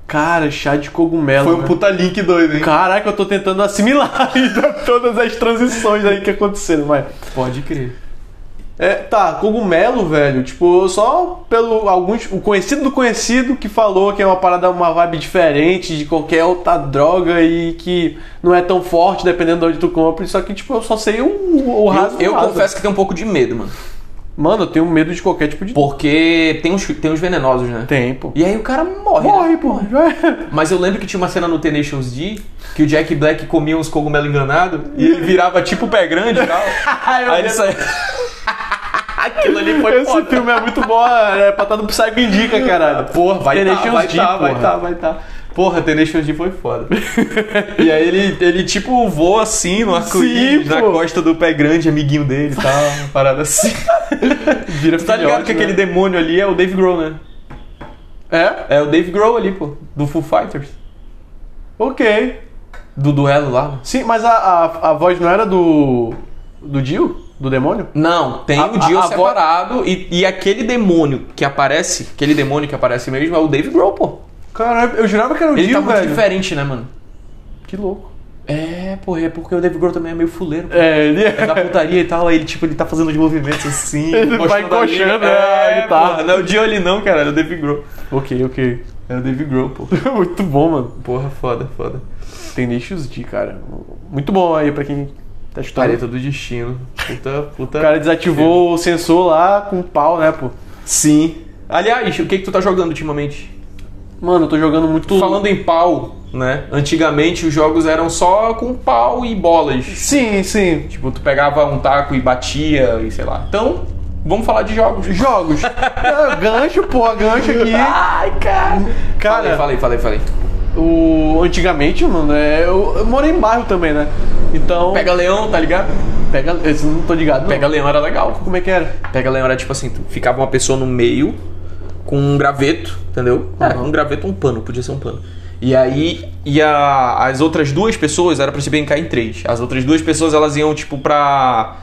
Cara, chá de cogumelo. Foi um velho. puta link doido, hein? Caraca, eu tô tentando assimilar ainda todas as transições aí que aconteceram, mas. Pode crer. É, tá, cogumelo, velho, tipo, só pelo alguns. O conhecido do conhecido que falou que é uma parada, uma vibe diferente de qualquer outra droga e que não é tão forte dependendo de onde tu compra. Só que, tipo, eu só sei o, o raso. Eu, eu do raso. confesso que tenho um pouco de medo, mano. Mano, eu tenho medo de qualquer tipo de Porque tem uns, tem uns venenosos, né? tempo. E aí o cara morre. né? Morre, pô. Mas eu lembro que tinha uma cena no Tenacious D que o Jack Black comia uns cogumelo enganado e ele virava tipo pé grande e tal. aí ele saía. Aquilo ali foi Esse foda. filme é muito bom, é pra estar no Psycho Indica, caralho. Porra, vai tá, Tenacious vai D, tá, vai porra. tá, vai tá. Porra, Tenacious D foi foda. e aí ele, ele tipo voa assim no arco-íris, Sim, na pô. costa do pé grande, amiguinho dele e tal, uma parada assim. Vira Tu tá ligado que né? aquele demônio ali é o Dave Grohl, né? É? É o Dave Grohl ali, pô, do Foo Fighters. Ok. Do duelo lá. Sim, mas a, a, a voz não era do. do Dio? Do demônio? Não, tem A- o Dio a- a vo- separado e, e aquele demônio que aparece, aquele demônio que aparece mesmo é o Dave Grohl, pô. Caralho, eu jurava que era o Ele Dio, tá muito velho. diferente, né, mano? Que louco. É, pô, é porque o Dave Grohl também é meio fuleiro, pô. É, ele É da putaria e tal, aí ele, tipo, ele tá fazendo os movimentos assim. Ele vai encostando ali. encoxando, é, né, a guitarra. porra, Não é o Dio ali não, cara, é o Dave Grohl. ok, ok. É o Dave Grohl, pô. Muito bom, mano. Porra, foda, foda. Tem nichos de, cara. Muito bom aí pra quem Pareta tá estudando. do é destino. Puta, puta. O cara desativou o sensor lá com pau, né, pô? Sim. Aliás, o que que tu tá jogando ultimamente? Mano, eu tô jogando muito. Falando em pau, né? Antigamente os jogos eram só com pau e bolas. Sim, sim. Tipo, tu pegava um taco e batia e sei lá. Então, vamos falar de jogos. Jogos. É, Ah, gancho, pô, gancho aqui. Ai, cara. Cara, Falei, falei, falei, falei. O, antigamente, mano, é, eu, eu morei em bairro também, né? Então. Pega leão, tá ligado? Pega. Eu não tô ligado. não. Pega leão era legal. Como é que era? Pega leão era tipo assim, tu- ficava uma pessoa no meio com um graveto, entendeu? É, um graveto ou um pano, podia ser um pano. E aí, e a- as outras duas pessoas, era pra se brincar em três. As outras duas pessoas, elas iam, tipo, pra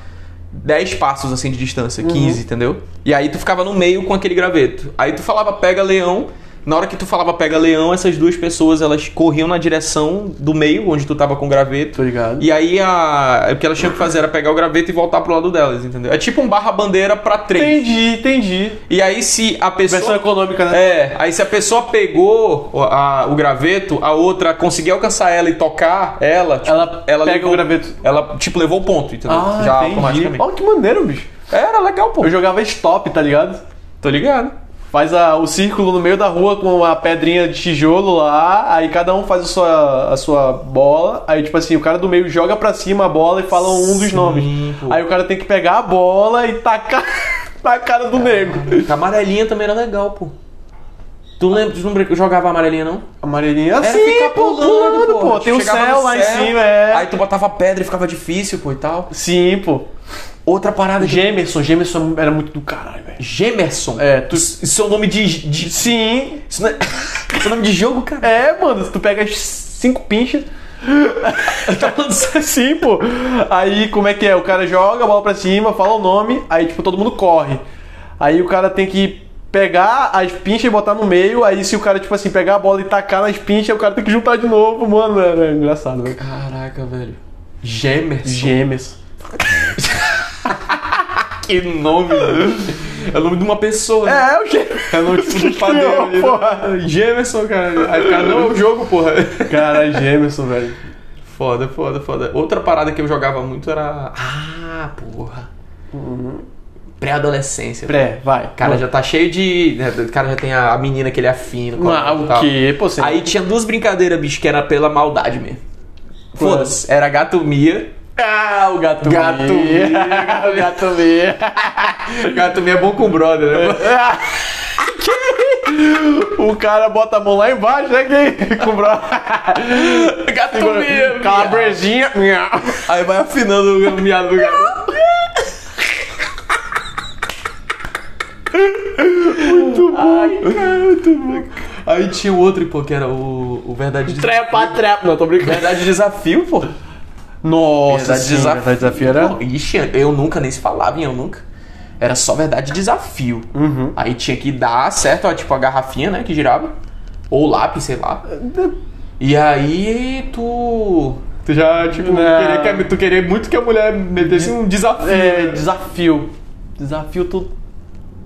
10 passos, assim, de distância, 15, entendeu? E aí tu ficava no meio com aquele graveto. Aí tu falava pega leão, na hora que tu falava pega leão, essas duas pessoas, elas corriam na direção do meio, onde tu tava com o graveto. Tô ligado. E aí a... é o que elas tinham que fazer era pegar o graveto e voltar pro lado delas, entendeu? É tipo um barra-bandeira pra três. Entendi, entendi. E aí se a Versão pessoa... econômica, né? É, aí se a pessoa pegou o- a- o graveto, a outra conseguiu alcançar ela e tocar ela, tipo, Ela pega levou- o graveto. Ela, tipo, levou o ponto, entendeu? Ah, Já entendi. automaticamente. Olha que maneiro, bicho. Era legal, pô. Eu jogava stop, tá ligado? Tô ligado. Faz a- o círculo no meio da rua com a pedrinha de tijolo lá, aí cada um faz a sua, a sua bola, aí tipo assim, o cara do meio joga pra cima a bola e fala um dos Sim, nomes. pô. Aí o cara tem que pegar a bola e tacar na cara do nego. A amarelinha também era legal, pô. Tu lembra, tu não brin- jogava amarelinha, não? Amarelinha Era assim, ficar pô, pulando, pulando, pô. pô. Tem o Chegava céu no lá céu, em cima, é. Aí tu botava pedra e ficava difícil, pô, e tal. Sim, pô. Outra parada que... Gemerson, Gemerson era muito do caralho, velho. Gemerson. É, tu- Isso isso é o nome de... de... Sim. Isso, não é... isso é nome de jogo, cara? É, mano, se tu pega as cinco pinchas. Tá Sim, pô. Aí como é que é? O cara joga a bola pra cima, fala o nome, aí tipo todo mundo corre. Aí o cara tem que pegar as pinchas e botar no meio, aí se o cara tipo assim pegar a bola e tacar nas pinchas, o cara tem que juntar de novo, mano. É, é engraçado, velho. Caraca, velho. Gemerson. Gêmeos. Que nome, velho. É o nome de uma pessoa. né? É, é o Gêmeos. É no um tipo de padeiro ali. né? porra. Jameson, cara. Aí, cara, não é o jogo, porra. Cara, Gêmeos, velho. Foda, foda, foda. Outra parada que eu jogava muito era. Ah, porra. Pré-adolescência. Pré, vai. Cara, já tá cheio de. né, O cara já tem a a menina que ele afina. com Ah, ela e tal. o quê? Pô, você... Aí tinha duas brincadeiras, bicho, que era pela maldade mesmo. Qual? Foda-se. Era gatomia. Ah, o gato Gato meia. meia. o gato meia. Gatomia é bom com o brother, né? O cara bota a mão lá embaixo, né? Que com o braço. Gatomia. Calabresinha. minha. Aí vai afinando o miado do gato. Aí tinha o outro, pô, que era o, o verdade desafio. Trepa, trepa. Não, tô brincando. Verdade desafio, pô. Nossa, Verdade sim, desafio. verdade desafio era. Pô, Ixi, eu nunca nem se falava em eu nunca. Era só verdade desafio. Uhum. Aí tinha que dar certo, ó, tipo a garrafinha, né, que girava. Ou lápis, sei lá. né? E aí tu. Tu já, tipo, Não. queria que a- tu queria muito que a mulher metesse um desafio. É, desafio. Desafio, tu.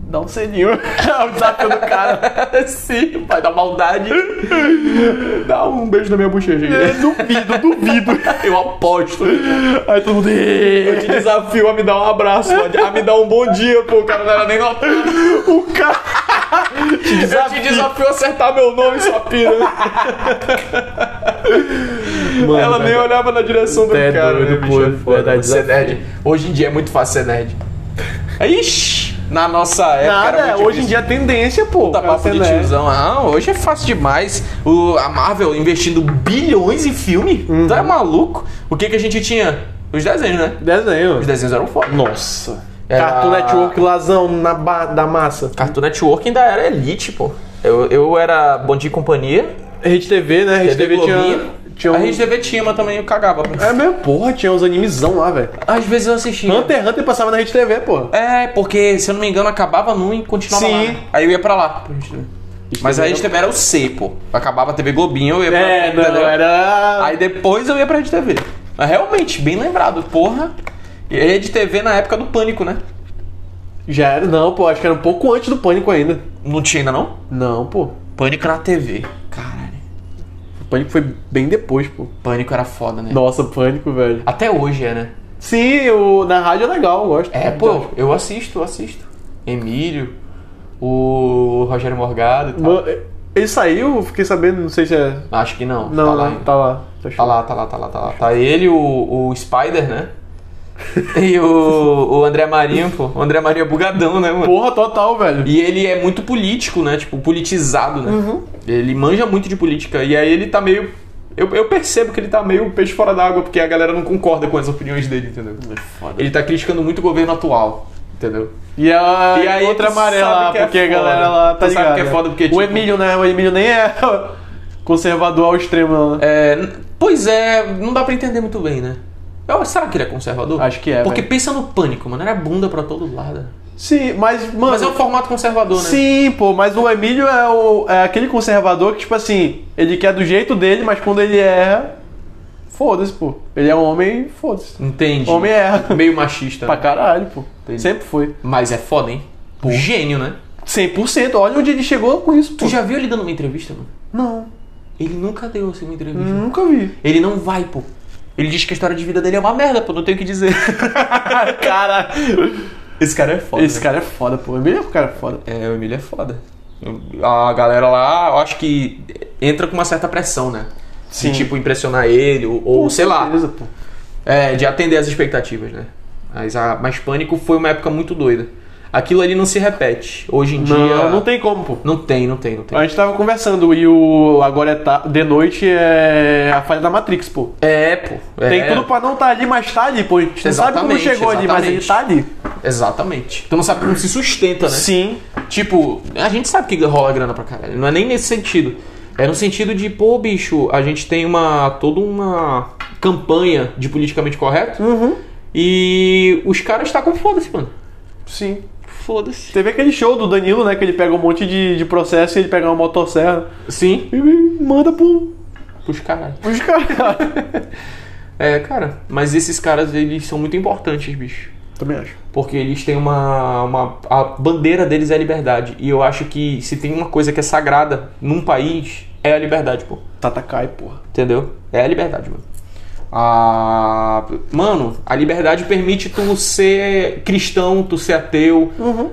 Dá um selinho. É o desafio do cara. Sim, pai da maldade. Dá um beijo na minha bochecha aí. Eu duvido, duvido. Eu aposto. Aí todo mundo. Eu te desafio a me dar um abraço, a me dar um bom dia, pô. O cara não era nem notado. O cara. Eu te desafio a acertar meu nome, sua pira. Ela nem olhava na direção do É cara, doido, né, pô, bicho? É foda. verdade. Ser nerd. Hoje em dia é muito fácil ser nerd. Ixi, na nossa época era Nada, muito hoje em dia é tendência, pô. Puta Cara, papo de você não é. tiozão. Ah, hoje é fácil demais. O, a Marvel investindo bilhões em filme. Uhum. Tu é maluco? O que, que a gente tinha? Os desenhos, né? Desenho. Os desenhos eram foda. Nossa. Era- Cartoon Network, Lazão, na ba- da massa. Cartoon Network ainda era elite, pô. Eu, eu era Bom Dia e Companhia, Rede TV, né? Rede TV, Globinho. tinha. tinha A um... Rede TV tinha, mas também eu cagava. É mesmo, porra, tinha uns animezão lá, velho. Às vezes eu assistia. Hunter x Hunter passava na Rede TV, porra. É, porque, se eu não me engano, acabava num e continuava Sim. lá. né? Aí eu ia pra lá. Mas aí a gente também era o C, pô. Acabava a TV Globinho, eu ia pra É, não, entendeu? era. Aí depois eu ia pra Rede TV. Mas realmente, bem lembrado, porra. E Rede TV na época do pânico, né? Já era, não, pô, acho que era um pouco antes do Pânico ainda. Não tinha ainda, não? Não, pô. Pânico na TV. Caralho. O Pânico foi bem depois, pô. Pânico era foda, né? Nossa, Pânico, velho. Até hoje é, né? Sim, o... na rádio é legal, eu gosto. É, pô, eu assisto, eu assisto. Emílio, o Rogério Morgado e tal. Mano, Ele saiu, eu fiquei sabendo, não sei se é. Acho que não. Não, tá lá. não, tá lá. Tá Tá show. lá, tá lá, tá lá, tá lá. Tá ele, o, o Spider, né? E o, o André Marinho, pô. O André Marinho é bugadão, né, mano? Porra, total, velho. E ele é muito político, né? Tipo, politizado, né? Ele manja muito de política. E aí ele tá meio. Eu, eu percebo que ele tá meio peixe fora d'água, porque a galera não concorda com as opiniões dele, entendeu? É foda. Ele tá criticando muito o governo atual, entendeu? E a E aí outra tu amarela sabe lá, que é porque a foda. galera lá tá Tu sabe ligada. que é foda porque, tipo- O Emílio, né? O Emílio nem é conservador ao extremo, né? É, n- pois é, não dá pra entender muito bem, né? Eu- será que ele é conservador? Acho que é, Porque velho. pensa no pânico, mano. Era bunda pra todo lado. Sim, mas, mano. Mas é um formato conservador, né? Sim, pô, mas o Emílio é, o- é aquele conservador que, tipo assim, ele quer do jeito dele, mas quando ele erra, foda-se, pô. Ele é um homem, foda-se. Entende? Homem erra. Meio machista. pra né? caralho, pô. Entendi. Sempre foi. Mas é foda, hein? Gênio, né? 100%, olha onde ele chegou com isso, pô. Tu já viu ele dando uma entrevista, mano? Não, Ele nunca deu assim uma entrevista. nunca vi. Ele não vai, pô. Ele diz que a história de vida dele é uma merda, pô. Não tenho o que dizer. cara, Esse cara é foda. esse cara é foda, pô. O Emílio é um cara foda. É, o Emílio é foda. A galera lá, eu acho que entra com uma certa pressão, né? Sim. De, tipo, impressionar ele, ou, ou, Com sei lá. certeza, pô. É, de atender às expectativas, né? Mas, a, mas Pânico foi uma época muito doida. Aquilo ali não se repete. Hoje em dia. Não, não tem como, pô. Não tem, não tem, não tem. A gente tava conversando e o Agora é ta... de noite é a falha da Matrix, pô. É, pô. é. Tem tudo pra não tá ali, mas tá ali, pô. A gente não sabe como Exatamente, chegou ali, mas ele tá ali. Exatamente. Tu não sabe como se sustenta, né? Sim. Tipo, a gente sabe que rola grana pra caralho. Não é nem nesse sentido. É no sentido de, pô, bicho, a gente tem uma. toda uma campanha de politicamente correto. Uhum. E os caras tá com foda-se, mano. Sim. Foda-se. Teve aquele show do Danilo, né? Que ele pega um monte de, de processo e ele pega uma motosserra Sim. e manda pro, Pros caralho. pros caras. É, cara, mas esses caras, eles são muito importantes, bicho. Também acho. Porque eles têm uma, uma. A bandeira deles é a liberdade. E eu acho que se tem uma coisa que é sagrada num país, é a liberdade, pô. Tatakai, porra. Entendeu? É a liberdade, mano. A... Mano, a liberdade permite tu ser cristão, tu ser ateu.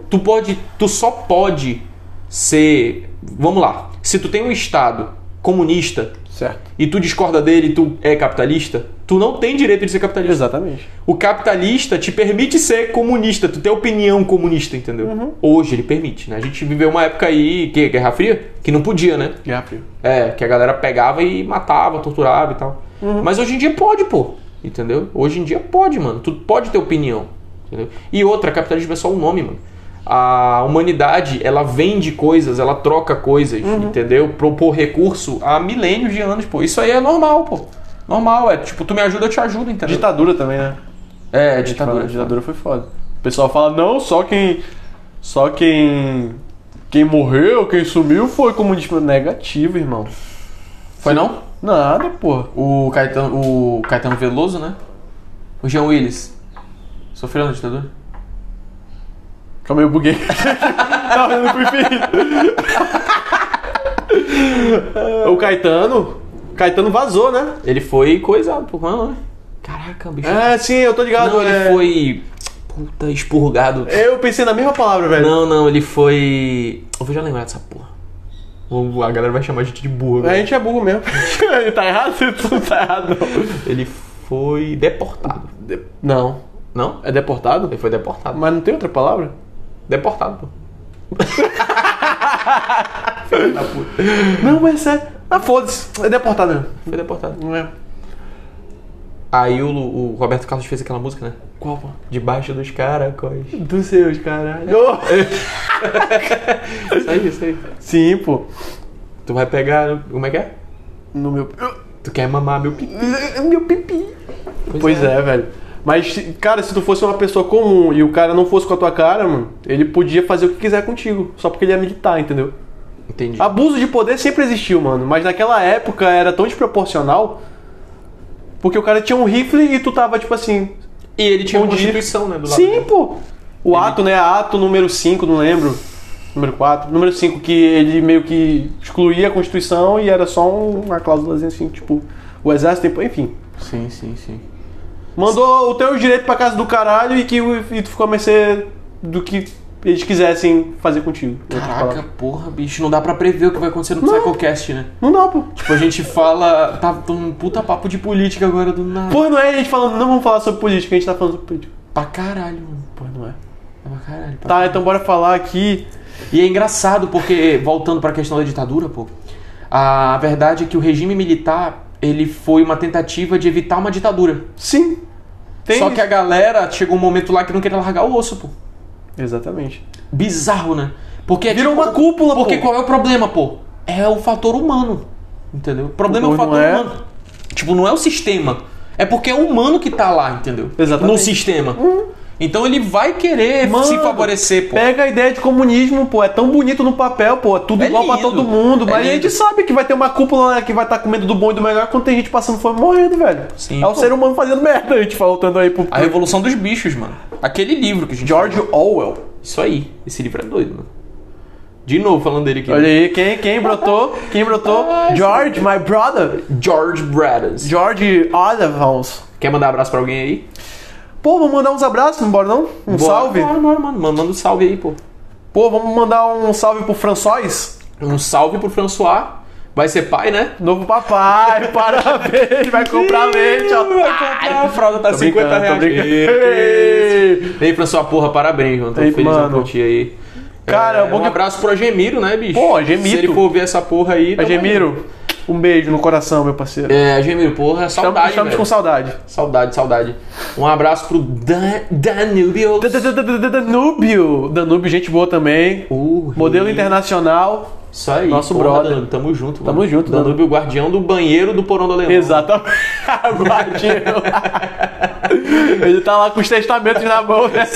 Tu pode. Tu só pode ser. Vamos lá. Se tu tem um Estado comunista Certo. e tu discorda dele e tu é capitalista, tu não tem direito de ser capitalista. Exatamente. O capitalista te permite ser comunista, tu ter opinião comunista, entendeu? Hoje ele permite, né? A gente viveu uma época aí, que Guerra Fria, que não podia, né? Guerra Fria. É, que a galera pegava e matava, torturava e tal. Mas hoje em dia pode, pô. Entendeu? Hoje em dia pode, mano. Tu pode ter opinião. Entendeu? E outra, capitalismo é só um nome, mano. A humanidade, ela vende coisas, ela troca coisas, entendeu? Propor recurso há milênios de anos, pô. Isso aí é normal, pô. Normal, é tipo, tu me ajuda, eu te ajudo, entendeu? Ditadura também, né? É, Ditadura, ditadura. ditadura foi foda. O pessoal fala, não, só quem. Só quem. Quem morreu, quem sumiu foi comunismo. Negativo, irmão. Foi não? Nada, porra. O Caetano, o Caetano Veloso, né? O Jean Willis. Sofreu na ditadura? Calma aí, eu buguei. Tá Tava olhando pro infinito. o Caetano. Caetano vazou, né? Ele foi coisado, pô. Mano, né? Caraca, bicho. É, sim, eu tô ligado. não, ele é... foi. Puta, expurgado. Eu pensei na mesma palavra, velho. Não, não, ele foi. Eu vou já lembrar dessa porra. Vamos- A galera vai chamar a gente de burro. A agora. gente é burro mesmo. Ele tá errado? Tu não tá errado, não. Ele foi deportado. Não. Não? É deportado? Ele foi deportado. Mas não tem outra palavra? Deportado, pô. Não, mas é. Ah, foda-se. É deportado mesmo. Foi deportado. Não é. Aí o, Lu- o Roberto Carlos fez aquela música, né? Qual, pô? Debaixo dos caracóis. Dos seus, caralho. Ô! Isso aí, isso aí. Sim, pô. Tu vai pegar. Como é que é? No meu. Tu quer mamar meu pipi. Meu pipi. Pois, é. velho. Mas, se- cara, se tu fosse uma pessoa comum e o cara não fosse com a tua cara, mano, ele podia fazer o que quiser contigo. Só porque ele é militar, entendeu? Entendi. Abuso de poder sempre existiu, mano. Mas naquela época era tão desproporcional. Porque o cara tinha um rifle e tu tava, tipo assim. E ele tinha Bom uma dia. constituição, né? Do lado Sim, dele. pô. O ato, né? Ato número 5, não lembro. Número 4. Número 5, que ele meio que excluía a Constituição e era só um- uma cláusulazinha assim, tipo, o exército, tem- enfim. Sim, sim, sim. Mandou o teu direito pra casa do caralho e que o- e tu ficou a mercê do que eles quisessem fazer contigo. em outras Caraca, palavras. porra, bicho, não dá pra prever o que vai acontecer no PsychoCast, né? Não dá, pô. Tipo, a gente fala. Tá um puta papo de política agora do nada. Pô, não é a gente falando, não vamos falar sobre política, a gente tá falando sobre política. Pra caralho, mano. Pô, não é. É pra caralho. pra Tá, então bora falar aqui. E é engraçado porque, voltando pra questão da ditadura, pô, a verdade é que o regime militar ele foi uma tentativa de evitar uma ditadura. Sim. Tem. Só que a galera chegou um momento lá que não queria largar o osso, pô. Exatamente. Bizarro, né? Porque é Virou tipo- uma cúpula, Porque pô. qual é o problema, pô? É o fator humano. Entendeu? O problema é o Não fator é- humano. Tipo, não é o sistema. É porque é o humano que tá lá, entendeu? Exatamente. No sistema. Então ele vai querer se Mano, favorecer, pô. Pega a ideia de comunismo, pô. É tão bonito no papel, pô. É tudo É igual pra lindo. todo mundo. É Mas a gente lindo. sabe que vai ter uma cúpula né, que vai estar comendo do bom e do melhor quando tem gente passando fome e morrendo, velho. Sim, é o pô. ser humano fazendo merda, a gente faltando aí pro. A Revolução dos Bichos, mano. Aquele livro que a gente. George Orwell. Isso aí. Esse livro é doido, mano. De novo falando dele aqui. Olha aí, quem, quem brotou? Quem brotou? Ai, George, my brother. George Bradders. George Olivons. Quer mandar abraço pra alguém aí? Pô, vamos mandar uns abraços, não bora não? Um Bora, salve? Bora, bora, mano. Manda um salve aí, pô. Pô, vamos mandar um salve pro François? Um salve pro François. Vai ser pai, né? Novo papai, parabéns, vai comprar leite, otário. Ah, a fralda tá Tô 50 brincando, tô reais. brincando. Ei, Ei, François, porra, parabéns, mano. Tô Ei, felizão mano. por ti aí. Cara, é, bom um que- abraço pro Agemiro, né, bicho? Pô, Agemito. Se ele for ver essa porra aí. tamo Gemiro, um beijo no coração, meu parceiro. aí. É, Agemiro, porra, Estamos, saudade. estamos velho. com saudade. Saudade, saudade. Um abraço pro Dan, Danubio. Da- da- da- da- da- Danúbio. Danúbio, gente boa também. Uh, Modelo hey. internacional. Isso aí. Nosso porra, brother. Danúbio, tamo junto. Tamo mano. junto, Danúbio, guardião do banheiro do Porão do Leão. Exatamente. Guardião. Ele tá lá com os testamentos na mão, né?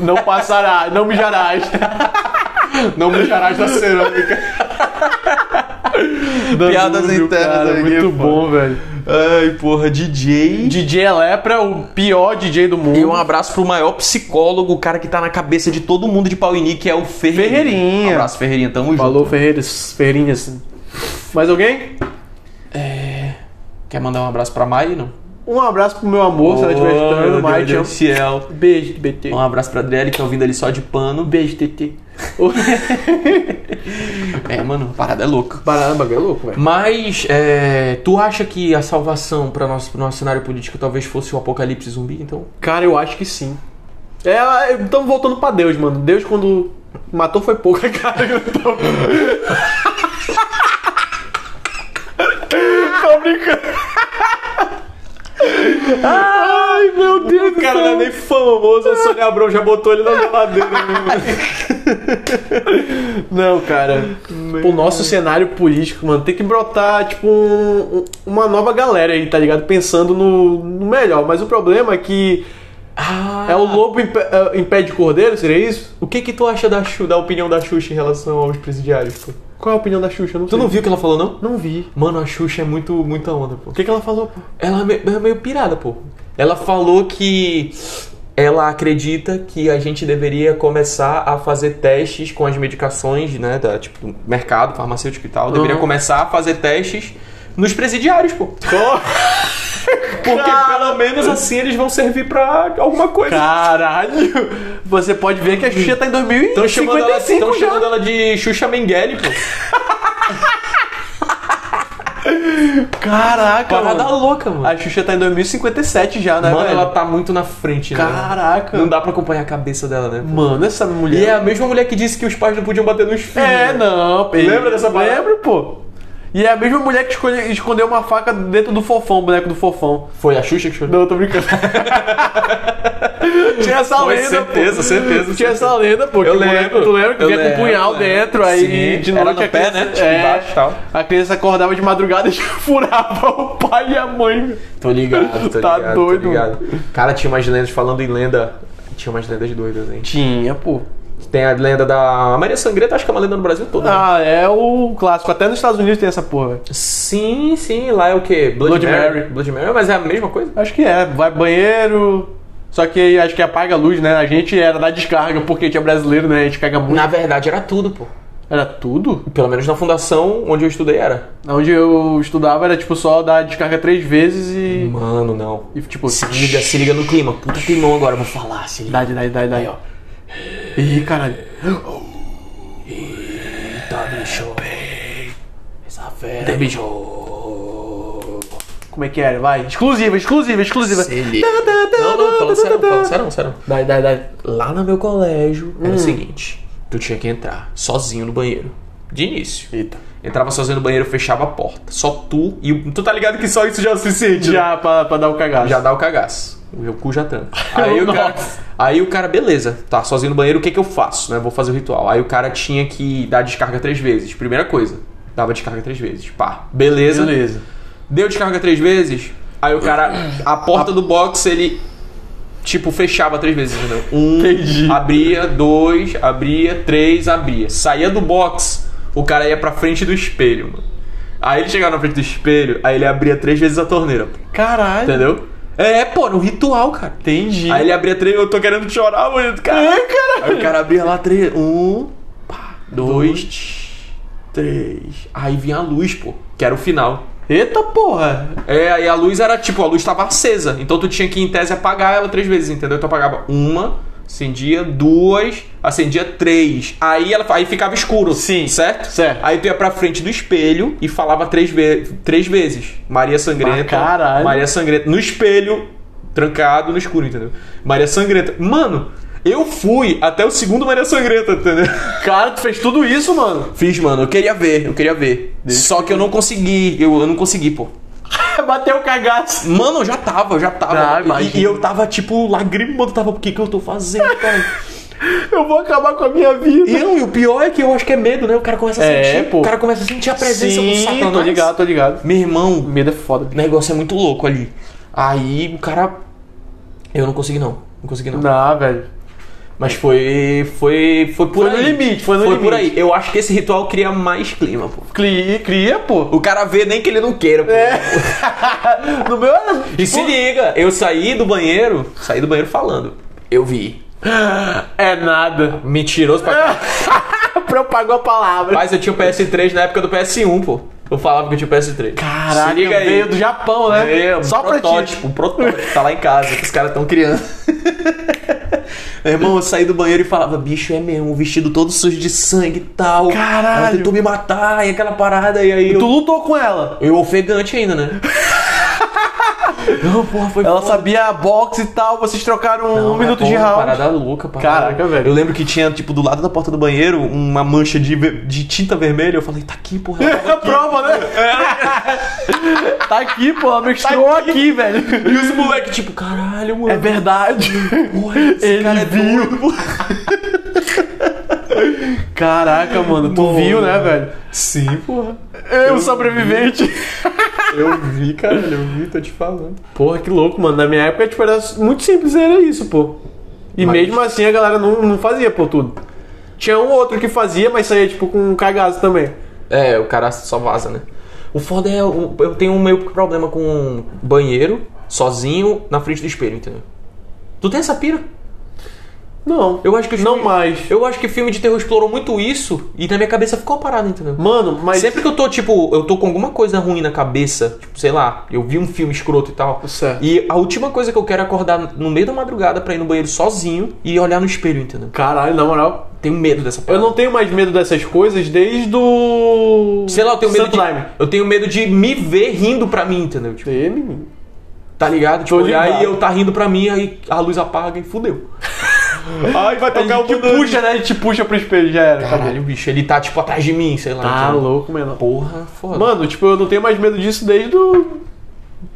Não passará, não mijarás. Não mijarás da cerâmica. Piadas Danúbio, internas cara, aqui, Muito pô. bom, velho. Ai, porra, DJ. DJ Lepra, o pior DJ do mundo. E um abraço pro maior psicólogo, o cara que tá na cabeça de todo mundo de pau e Nick, que é o Ferreirinha. Ferreirinha. Um abraço, Ferreirinha. Tamo Falou, junto. Ferreiras, Ferreirinhas. Mais alguém? Quer mandar um abraço pra Mari, não? Um abraço pro meu amor, se ela Ô, estiver escutando, meu Mai, te Deus amo. do céu. Beijo, BT. Um abraço pra Adriele, que tá ouvindo ali só de pano. Beijo, TT. É, mano, a parada é louca. Banana bagulho é louco, velho. Mas, é, tu acha que a salvação pra nosso, pro nosso cenário político talvez fosse o apocalipse zumbi, então? Cara, eu acho que sim. É, estamos voltando pra Deus, mano. Deus quando matou foi pouca, cara. Então- Eu tô... tô brincando. Ai, meu Deus do O cara não é nem famoso, a Sônia Abrão já botou ele na geladeira. né, Não, cara. O nosso cenário político, mano, tem que brotar, tipo, um- um- uma nova galera aí, tá ligado? Pensando no, no melhor. Mas o problema é que Ah, é o lobo em pé, é, em pé de cordeiro, seria isso? O que que tu acha da, Xu- da opinião da Xuxa em relação aos presidiários, pô? Qual é a opinião da Xuxa? Eu não Tu sei. não viu o que ela falou, não? Não vi. Mano, a Xuxa é muito, muita onda, pô. O que, que ela falou, pô? Ela é me- é meio, pirada, pô. Ela falou que ela acredita que a gente deveria começar a fazer testes com as medicações, né, da, tipo, do mercado farmacêutico e tal. Deveria Uhum. começar a fazer testes nos presidiários, pô. Porque pelo menos assim eles vão servir pra alguma coisa. Caralho! Você pode ver que a Xuxa tá em 2055 Estão chamando, ela, tão já. chamando ela de Xuxa Mengele, pô. Caraca, Parada mano. louca, mano. A Xuxa tá em 2057 já, né, Mano, velho? ela tá muito na frente, né? Caraca. Não dá pra acompanhar a cabeça dela, né? pô? Mano, essa mulher... E é a mesma mulher que disse que os pais não podiam bater nos filhos. É, né? não. pe- Lembra dessa parada? Lembro, pô. E é a mesma mulher que escolhe- escondeu uma faca dentro do fofão, o boneco do fofão. Foi a Xuxa que chorou? Não, tô brincando. Tinha essa Foi, lenda, certeza, pô. certeza, Tinha essa certeza. lenda, pô. que Eu o boneco- lembro. Tu lembra que Eu vinha com um lembro, punhal eu lembro. dentro, aí Sim, de era noite no a pé, criança... né? Tipo, embaixo e tal. É, A criança acordava de madrugada e furava o pai e a mãe. Tô ligado, tô Tá ligado, doido, tô ligado. Cara, tinha umas lendas, falando em lenda, tinha umas lendas doidas, hein? Tinha, pô. Tem a lenda da a Maria Sangrenta, acho que é uma lenda no Brasil todo. né? Ah, é o clássico. Até nos Estados Unidos tem essa porra, velho. Sim, sim, lá é o quê? Bloody Mary. Blood Mary, mas é a mesma coisa? Acho que é, vai banheiro. Só que acho que apaga a luz, né? A gente era da descarga porque a gente é brasileiro, né? A gente caga muito. Na verdade era tudo, pô. Era tudo? Pelo menos na fundação onde eu estudei era. Onde eu estudava era tipo só dar descarga três vezes e. Mano, não. E tipo. Se liga, se liga no clima. Puta climão agora, vou falar, se liga. Dá, dá, dá, dá, ó. Ih, caralho. Eita, bicho. Essa fera, bicho. Como é que era? Vai. Exclusiva, exclusiva, exclusiva. Tá, Ele- Não, não, falando sério, falando sério, sério. Hum. Dai, dai, dai. Lá no meu colégio era o seguinte: tu tinha que entrar sozinho no banheiro. De início. Eita. Entrava sozinho no banheiro, fechava a porta. Só tu e o. Tu tá ligado que só isso já é o suficiente, né? Já pra, pra dar o cagaço. Já dá o cagaço. O meu cu já tanto. Aí o cara. Aí o cara, beleza, tá sozinho no banheiro, o que que eu faço? Né? Vou fazer o ritual. Aí o cara tinha que dar descarga três vezes. Primeira coisa, dava descarga três vezes. Pá, beleza. Beleza. Deu descarga três vezes, aí o cara. A porta do box, ele. Tipo, fechava três vezes, entendeu? Um, Entendi. abria, dois, abria, três, abria. Saía do box, o cara ia pra frente do espelho, mano. Aí ele chegava na frente do espelho, aí ele abria três vezes a torneira, pô. Caralho. Entendeu? É, pô, era um ritual, cara. Entendi. Aí ele abria três, eu tô querendo chorar, mano. Caraca, Aí o cara abria lá três. Um, pá, dois, três. Aí vinha a luz, pô, que era o final. Eita porra. É, aí a luz era tipo, a luz tava acesa. Então tu tinha que, em tese, apagar ela três vezes, entendeu? Tu apagava uma, acendia duas, acendia três. Aí ela aí ficava escuro. Sim. Certo? Certo. Aí tu ia pra frente do espelho e falava três, ve três vezes. Maria Sangrenta. Ah, caralho. Maria Sangrenta. No espelho, trancado no escuro, entendeu? Maria Sangrenta. Mano, eu fui até o segundo Maria Sangrenta, entendeu? Cara, tu fez tudo isso, mano. Fiz, mano. Eu queria ver, eu queria ver. Só que eu não consegui. Eu, eu não consegui, pô. Bateu o cagaço. Mano, eu já tava, eu já Ah, tava. imagino. e, e eu tava, tipo, lagrimando. Tava, o que que eu tô fazendo, cara? Eu vou acabar com a minha vida. e, não, e o pior é que eu acho que é medo, né? O cara começa a É, sentir. pô. O cara começa a sentir a presença do Sim, satanás. tô ligado, tô ligado. Meu irmão, Medo é foda. o negócio é muito louco ali. Aí o cara. Eu não consegui, não. Não consegui, não. Não, velho. Mas foi. Foi. Foi por Foi no aí. limite, foi no Foi limite. por aí. Eu acho que esse ritual cria mais clima, pô. Cria, cria pô. O cara vê nem que ele não queira, pô. No meu era. E se liga, eu saí do banheiro, saí do banheiro falando. Eu vi. É nada. Mentiroso pra caralho. Propagou a palavra. Mas eu tinha um o PS3 na época do PS1, pô. Eu falava que eu tinha um o PS3. Caralho, Se liga aí. veio do Japão, né? É, um Só pra ti. protótipo, um protótipo. Tá lá em casa, que os caras tão criando. Meu irmão, eu saí do banheiro e falava, bicho, é mesmo, o vestido todo sujo de sangue e tal. Caralho. Ela tentou me matar e aquela parada, e aí Tu eu... lutou com ela. Eu ofegante ainda, né? Não, porra, foi Ela foda. sabia a boxe e tal, vocês trocaram Não, um mas, minuto porra, de round. Parada louca, parada. Caraca, velho. Eu lembro que tinha, tipo, do lado da porta do banheiro, uma mancha de, ve- de tinta vermelha. Eu falei, tá aqui, porra. ela tava É a aqui. prova, né? tá aqui, pô, ela menstruou aqui. velho. E os moleque, tipo, caralho, mano. É verdade. Porra, esse Ele cara é viu. doido. pô. Caraca, mano, tu Mano. viu, né, velho? Sim, porra. Eu, sobrevivente. Eu vi, caralho, eu vi, tô te falando. Porra, que louco, mano. Na minha época, tipo, era muito simples, era isso, pô. E Mas- mesmo assim, a galera não, não fazia, pô, tudo. Tinha um outro que fazia, mas saía, tipo, com um cagaço também. É, o cara só vaza, né? O foda é, o- eu tenho um meio problema com um banheiro, sozinho, na frente do espelho, entendeu? Tu tem essa pira? Não. Eu acho que os Não filmes- mais. Eu acho que filme de terror explorou muito isso e na minha cabeça ficou parado, entendeu? Mano, mas. Sempre que eu tô, tipo, eu tô com alguma coisa ruim na cabeça, tipo, sei lá, eu vi um filme escroto e tal. Certo. E a última coisa que eu quero é acordar no meio da madrugada pra ir no banheiro sozinho e olhar no espelho, entendeu? Caralho, na moral. Tenho medo dessa Eu parada. não tenho mais medo dessas coisas desde o. Sei lá, eu tenho medo Sublime. de. Eu tenho medo de me ver rindo pra mim, entendeu? Tipo, Tem, menino. tá ligado? Tipo, Tô olhar ligado. e eu tá rindo pra mim, aí a luz apaga e fudeu. Ai, vai A tocar o gente mundo. puxa, né? A gente puxa pro espelho, já era. acabou. Caralho, bicho, ele tá, tipo, atrás de mim, sei lá. Tá entendeu? louco, menor. Porra, foda. Mano, tipo, eu não tenho mais medo disso desde o.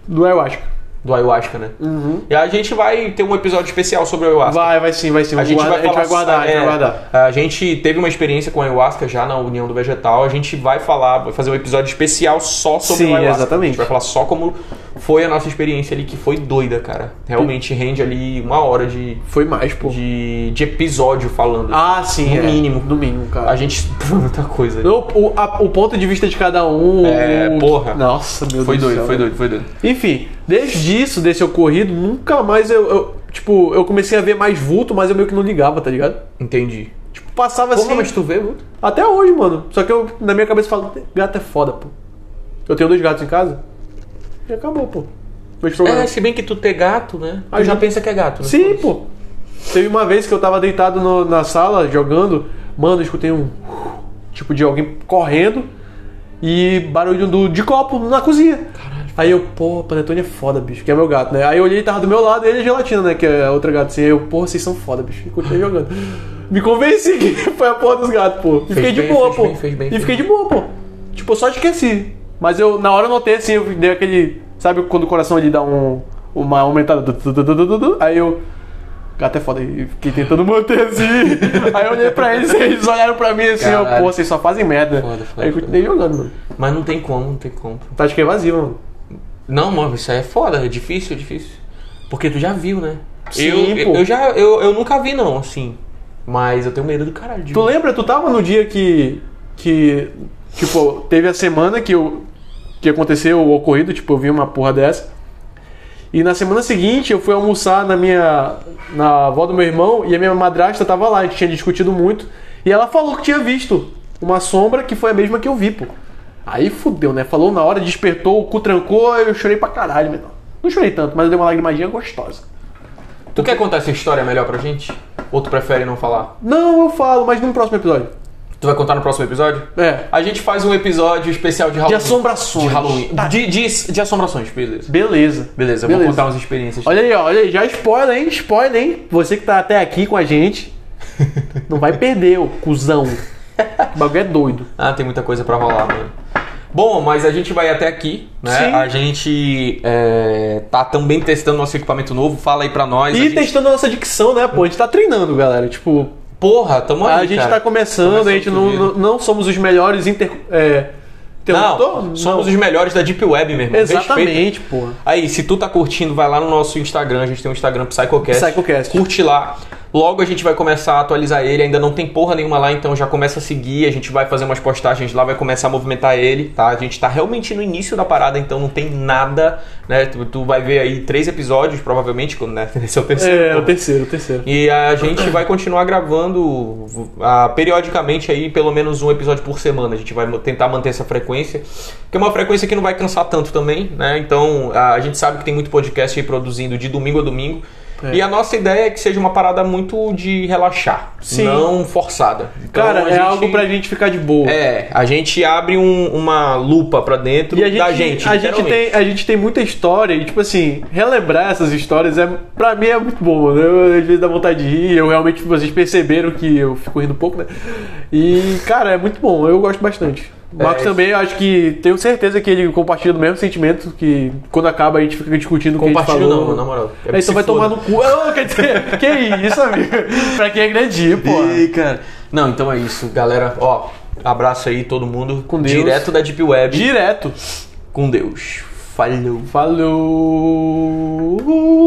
Do ayahuasca. Do ayahuasca, né? Uhum. E a gente vai ter um episódio especial sobre o ayahuasca. Vai, vai sim, vai sim. A gente, Guarda- vai falar, a gente vai guardar, a gente é, vai guardar. a gente teve uma experiência com ayahuasca já na União do Vegetal. A gente vai falar, vai fazer um episódio especial só sobre Sim, o ayahuasca. exatamente. A gente vai falar só como foi a nossa experiência ali, que foi doida, cara. Realmente rende ali uma hora de, Foi mais, pô. de, de episódio falando. Ah, sim. No é. mínimo. No mínimo, cara. A gente. Muita coisa. ali. O, o- a- o ponto de vista de cada um. É, o- porra. Nossa, meu Foi Deus. doido, do céu. né? foi doido, foi doido. Enfim, desde isso, desse ocorrido, nunca mais eu, eu- Tipo, eu comecei a ver mais vulto, mas eu meio que não ligava, tá ligado? Entendi. Tipo, passava Porra, assim. mas tu vê, muito? Até hoje, mano. Só que eu, na minha cabeça, falo, gato é foda, pô. Eu tenho dois gatos em casa. E acabou, pô. Meus É, problemas. se bem que tu ter gato, né? Tu Aí já eu- pensa que é gato, né? Sim, pô. Teve uma vez que eu tava deitado no- na sala jogando, mano, eu escutei um. Tipo de alguém correndo e barulho do, de copo na cozinha. Aí eu, pô, panetone é foda, bicho, que é meu gato, né? Aí eu olhei, tava do meu lado e ele é gelatina, né? Que é a outra gato. Assim, aí eu, pô, vocês são foda, bicho, e continuei jogando. Me convenci que foi a porra dos gatos, pô. E fiquei de bem, boa, fez pô. bem, fez bem, e fez fiquei de boa, pô. Tipo, eu só esqueci. Mas eu, na hora eu notei assim, eu dei aquele. Sabe quando o coração ele dá um. Uma aumentada. Du- du- du- du- du- du- du? Aí eu. Gato é foda, e fiquei tentando manter assim. Aí eu olhei pra eles, eles olharam pra mim assim, eu, Caralho. pô, vocês só fazem merda. Foda, foda, Aí eu continuei jogando, mano. Mas não tem como, não tem como. pô. Tática é evasiva, mano. Não, mano, isso aí é foda, é difícil, é difícil. Porque tu já viu, né? Sim, eu, pô. eu já eu, eu nunca vi, não, assim. Mas eu tenho medo do caralho de Tu lembra, tu tava no dia que. que. Tipo, teve a semana que eu. que aconteceu o ocorrido, tipo, eu vi uma porra dessa. E na semana seguinte eu fui almoçar na minha. na avó do meu irmão e a minha madrasta tava lá, a gente tinha discutido muito. E ela falou que tinha visto uma sombra que foi a mesma que eu vi, pô. Aí fudeu, né? Falou na hora, despertou, o cu trancou, eu chorei pra caralho, menor. Não chorei tanto, mas eu dei uma lagrimadinha gostosa. Tu quer contar essa história melhor pra gente? Ou tu prefere não falar? Não, eu falo, mas num próximo episódio. Tu vai contar no próximo episódio? É. A gente faz um episódio especial de De Halloween. assombrações. Tá, De Halloween. De, de, de assombrações, beleza. Beleza. Beleza, eu vou contar umas experiências. Olha aí, ó, olha aí, já é spoiler, hein? Spoiler, hein? Você que tá até aqui com a gente, não vai perder, ô cuzão. O bagulho é doido. Ah, tem muita coisa pra rolar, mano. Bom, mas a gente vai até aqui, né? Sim. A gente é, tá também testando nosso equipamento novo. Fala aí pra nós. E a gente- testando a nossa dicção, né, pô? A gente tá treinando, galera. Tipo, Porra, tamo aí, a gente cara. tá começando, a gente não, Começando não, não somos os melhores inter... É, interlocutor? Não, somos os melhores da Deep Web, meu irmão. Respeita. Exatamente, pô. Aí, se tu tá curtindo, vai lá no nosso Instagram. A gente tem um Instagram PsychoCast. Psychocast. Curte lá. Logo a gente vai começar a atualizar ele. Ainda não tem porra nenhuma lá, então já começa a seguir. A gente vai fazer umas postagens lá, vai começar a movimentar ele, tá? A gente tá realmente no início da parada, então não tem nada, né? Tu, tu vai ver aí três episódios, provavelmente, quando, né? Esse é o terceiro. É, o terceiro, o terceiro. E a gente vai continuar gravando ah, periodicamente aí, pelo menos um episódio por semana. A gente vai mo- tentar manter essa frequência, que é uma frequência que não vai cansar tanto também, né? Então a a gente sabe que tem muito podcast aí produzindo de domingo a domingo. É. E a nossa ideia é que seja uma parada muito de relaxar, Sim. não forçada. Então, Cara, a é gente- algo pra gente ficar de boa. É, a gente abre um- uma lupa pra dentro E a gente, da gente. a, gente literalmente. tem, a gente tem muita história e, tipo assim, relembrar essas histórias é, pra mim é muito bom, né? Eu, às vezes dá vontade de rir, eu realmente, tipo, vocês perceberam que eu fico rindo um pouco, né? E, cara, é muito bom, eu gosto bastante. O Marcos É. também, eu acho que tenho certeza que ele compartilha do mesmo sentimento que quando acaba a gente fica discutindo o que a gente Compartilho falou. não, na moral. É Aí se então vai foda. tomar no cu. Ah, quer dizer, que isso, amigo? pra quem agredir, pô. Ih, cara. Não, então é isso, galera. Ó, abraço aí todo mundo. Com Deus. Direto da Deep Web. Direto. Com Deus. Falhou. Falou.